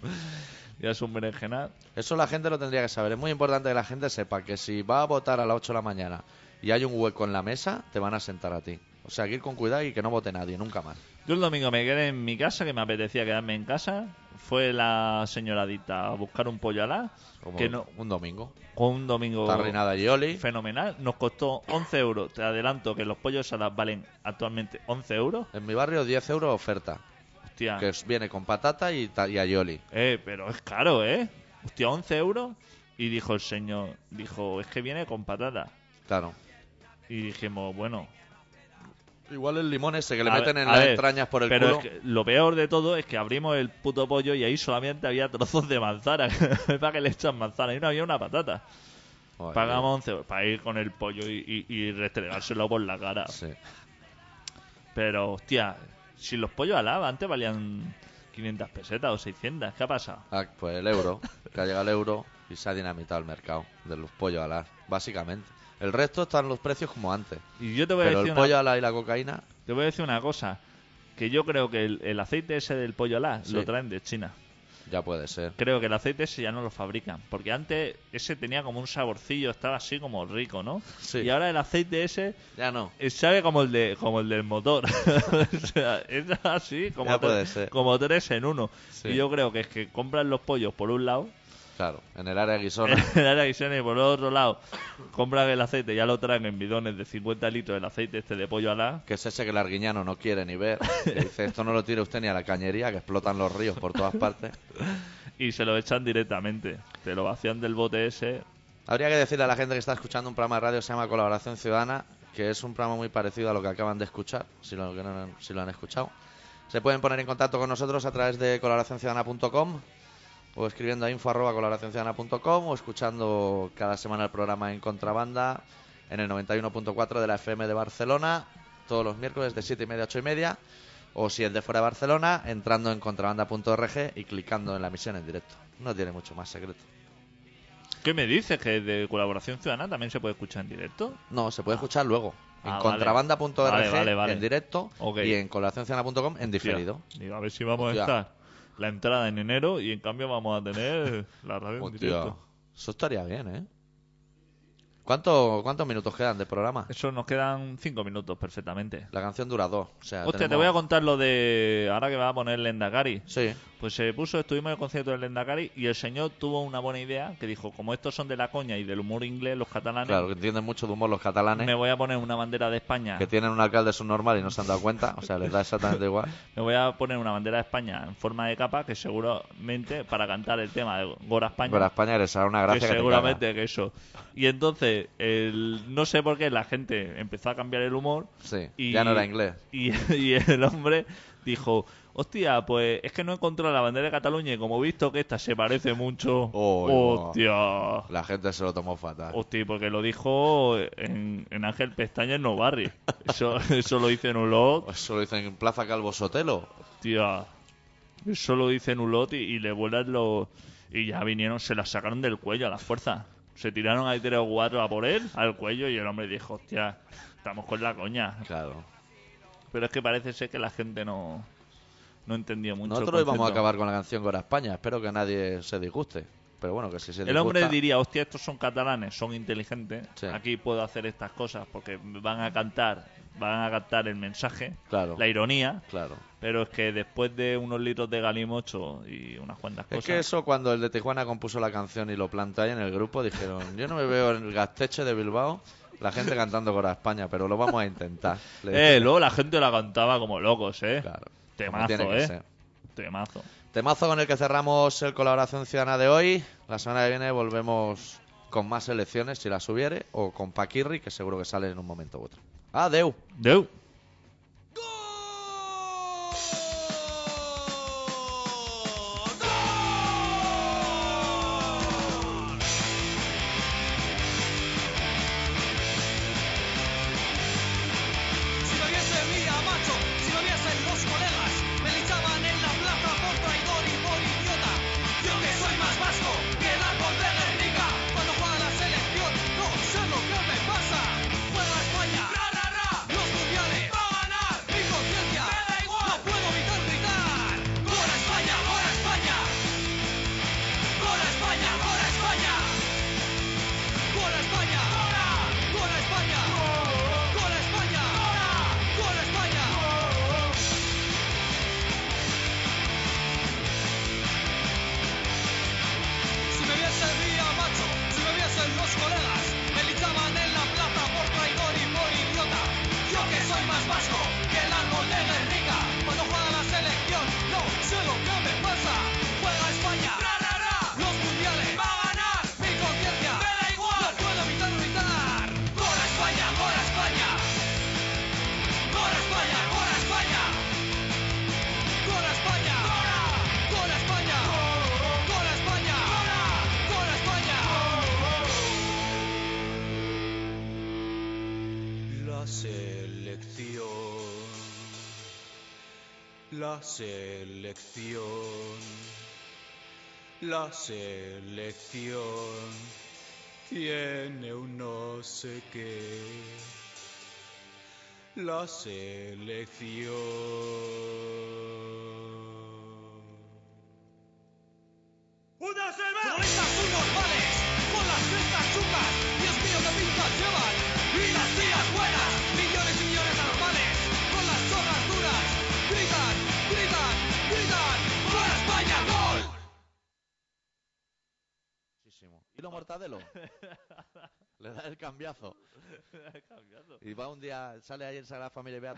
Speaker 3: lías un berenjenal.
Speaker 2: Eso la gente lo tendría que saber. Es muy importante que la gente sepa que si va a votar a las 8 de la mañana y hay un hueco en la mesa, te van a sentar a ti. O sea, que ir con cuidado y que no vote nadie, nunca más.
Speaker 3: Yo el domingo me quedé en mi casa, que me apetecía quedarme en casa. Fue la señoradita a buscar un pollo alá,
Speaker 2: Como
Speaker 3: que no,
Speaker 2: un domingo.
Speaker 3: con un domingo
Speaker 2: Está reinada Gioli.
Speaker 3: fenomenal. Nos costó 11 euros. Te adelanto que los pollos alá valen actualmente 11 euros.
Speaker 2: En mi barrio 10 euros oferta,
Speaker 3: Hostia.
Speaker 2: que es- viene con patata y, ta- y aioli.
Speaker 3: Eh, pero es caro, ¿eh? Hostia, 11 euros. Y dijo el señor, dijo, es que viene con patata.
Speaker 2: Claro.
Speaker 3: Y dijimos, bueno.
Speaker 2: Igual el limón ese que le
Speaker 3: a
Speaker 2: meten
Speaker 3: ver-
Speaker 2: en
Speaker 3: a
Speaker 2: las
Speaker 3: ver,
Speaker 2: entrañas por el culo.
Speaker 3: pero es que lo peor de todo es que abrimos el puto pollo y ahí solamente había trozos de manzana. para que le echan manzana. Y no había una patata.
Speaker 2: Joder,
Speaker 3: Pagamos 11 euros para ir con el pollo y, y, y restregárselo por la cara.
Speaker 2: sí.
Speaker 3: Pero, hostia, si los pollos alaba antes valían 500 pesetas o 600, ¿qué ha pasado?
Speaker 2: Ah, pues el euro, que ha llegado el euro y se ha dinamitado el mercado de los pollos alar, básicamente. El resto están los precios como antes.
Speaker 3: Y yo te voy, a
Speaker 2: Pero
Speaker 3: decir
Speaker 2: el
Speaker 3: una,
Speaker 2: pollo alar y la cocaína,
Speaker 3: te voy a decir una cosa, que yo creo que el, el aceite ese del pollo alá
Speaker 2: Sí.
Speaker 3: lo traen de China.
Speaker 2: ya puede ser.
Speaker 3: Creo que el aceite ese ya no lo fabrican, porque antes ese tenía como un saborcillo, estaba así como rico, ¿no?
Speaker 2: Sí.
Speaker 3: Y ahora el aceite ese
Speaker 2: Ya no.
Speaker 3: eh, sabe como el de como el del motor. o sea, es así como,
Speaker 2: Ya puede
Speaker 3: tres,
Speaker 2: ser.
Speaker 3: como tres en uno.
Speaker 2: Sí.
Speaker 3: Y yo creo que es que compran los pollos por un lado
Speaker 2: Claro, en el área guisona.
Speaker 3: el área de Sene, por otro lado, compran el aceite, ya lo traen en bidones de 50 litros, el aceite este de pollo alá.
Speaker 2: que es ese que el arguiñano no quiere ni ver. Le dice, esto no lo tire usted ni a la cañería, que explotan los ríos por todas partes.
Speaker 3: y se lo echan directamente. Te lo vacían del bote ese.
Speaker 2: Habría que decirle a la gente que está escuchando un programa de radio que se llama Colaboración Ciudadana, que es un programa muy parecido a lo que acaban de escuchar, si lo, que no- si lo han escuchado. Se pueden poner en contacto con nosotros a través de colaboracionciudadana.com o escribiendo a info arroba colaboracionciudadana.com o escuchando cada semana el programa en contrabanda en el 91.4 de la FM de Barcelona todos los miércoles de 7 y media a 8 y media o si es de fuera de Barcelona entrando en contrabanda.org y clicando en la emisión en directo. No tiene mucho más secreto.
Speaker 3: ¿Qué me dices? ¿Que de colaboración ciudadana también se puede escuchar en directo?
Speaker 2: No, se puede escuchar luego. En
Speaker 3: Ah, vale.
Speaker 2: contrabanda.org,
Speaker 3: Vale, vale, vale.
Speaker 2: en directo,
Speaker 3: Ok.
Speaker 2: y en colaboracionciana.com en diferido.
Speaker 3: Hostia, Digo, a ver si vamos
Speaker 2: Hostia.
Speaker 3: a estar la entrada en enero y en cambio vamos a tener la radio en
Speaker 2: Hostia,
Speaker 3: directo.
Speaker 2: eso estaría bien, ¿eh? ¿Cuánto, ¿Cuántos minutos quedan de programa?
Speaker 3: Eso nos quedan 5 minutos perfectamente.
Speaker 2: La canción dura dos. O sea,
Speaker 3: Hostia, te
Speaker 2: tenemos-
Speaker 3: voy a contar lo de. Ahora que va a poner Lendakari.
Speaker 2: Sí,
Speaker 3: Pues se puso, estuvimos en el concierto del Lendakari y el señor tuvo una buena idea que dijo, como estos son de la coña y del humor inglés, los catalanes,
Speaker 2: claro, que entienden mucho de humor los catalanes,
Speaker 3: me voy a poner una bandera de España.
Speaker 2: que tienen un alcalde subnormal y no se han dado cuenta. O sea, les da exactamente igual.
Speaker 3: Me voy a poner una bandera de España en forma de capa que seguramente para cantar el tema de Gora España.
Speaker 2: Pero a España les hará una
Speaker 3: que
Speaker 2: gracia que te
Speaker 3: seguramente que eso. Y entonces, el, no sé por qué la gente empezó a cambiar el humor.
Speaker 2: cagas. Sí,
Speaker 3: Y,
Speaker 2: ya no era inglés.
Speaker 3: Y, y el hombre dijo, hostia, pues es que no he encontrado la bandera de Cataluña y como he visto que esta se parece mucho...
Speaker 2: Oh,
Speaker 3: hostia.
Speaker 2: La gente se lo tomó fatal.
Speaker 3: Hostia, porque lo dijo en, en Ángel Pestaña en No Barri. Eso, eso lo dice en Ulot,
Speaker 2: Eso lo dicen en Plaza Calvo Sotelo.
Speaker 3: hostia. Eso lo dice en Ulot y, y le vuelan los... Y ya vinieron, se la sacaron del cuello a la fuerza. Se tiraron ahí tres o cuatro a por él, al cuello, y el hombre dijo, hostia, estamos con la coña.
Speaker 2: Claro.
Speaker 3: Pero es que parece ser que la gente no, no entendía mucho. el
Speaker 2: Nosotros íbamos a
Speaker 3: concepto.
Speaker 2: acabar con la canción Gora España. Espero que nadie se disguste. Pero bueno, que si se
Speaker 3: El hombre
Speaker 2: disgusta-
Speaker 3: diría, hostia, estos son catalanes, son inteligentes,
Speaker 2: Sí.
Speaker 3: aquí puedo hacer estas cosas porque van a cantar, van a cantar el mensaje,
Speaker 2: Claro.
Speaker 3: la ironía,
Speaker 2: Claro.
Speaker 3: pero es que después de unos litros de galimocho y unas cuantas
Speaker 2: Es
Speaker 3: cosas,
Speaker 2: que eso, cuando el de Tijuana compuso la canción y lo plantó ahí en el grupo, dijeron: Yo no me veo en el Gasteche de Bilbao la gente cantando Gora España, pero lo vamos a intentar. Le
Speaker 3: Eh,
Speaker 2: dije,
Speaker 3: luego la gente la cantaba como locos, ¿eh?
Speaker 2: Claro. Como tiene
Speaker 3: Temazo,
Speaker 2: que
Speaker 3: ¿eh?
Speaker 2: ser.
Speaker 3: Temazo.
Speaker 2: Temazo con el que cerramos el Colaboración Ciudadana de hoy. La semana que viene volvemos con más elecciones, si las hubiere, o con Paquirri, que seguro que sale en un momento u otro. ¡Adeu!
Speaker 3: Deu.
Speaker 1: Si lo viese mía, macho, si lo viesen los colegas, me linchaban en la plaza por traidor y por idiota. Yo que soy más vasco que el árbol de Guernica, cuando juega la selección, no sé lo que me pasa. Fuera España, ra, ra, ra, los mundiales, va a ganar, mi conciencia, me da igual, no puedo evitar gritar. ¡Gora España, gora España! ¡Gora España, gora España! ¡Gora España, gora! ¡Gora España! España! ¡Gora España! ¡Gora España! ¡Gora España! ¡Gora! ¡Gora España! ¡Gora España! ¡Gora! ¡Gora España! La selección. La selección. La selección tiene un no sé qué. La selección. ¡Una semana! Con estas subnormales, con las crestas chupas, Dios mío, qué pintas llevan. Y las tías buenas, millones y millones de normales, con las zorras duras, gritan, gritan, gritan, ¡Gol a España, gol!
Speaker 2: Y lo mortadelo. Le da el cambiazo.
Speaker 3: Cambiando.
Speaker 2: Y va un día, sale ahí en Sagrada Familia y ve a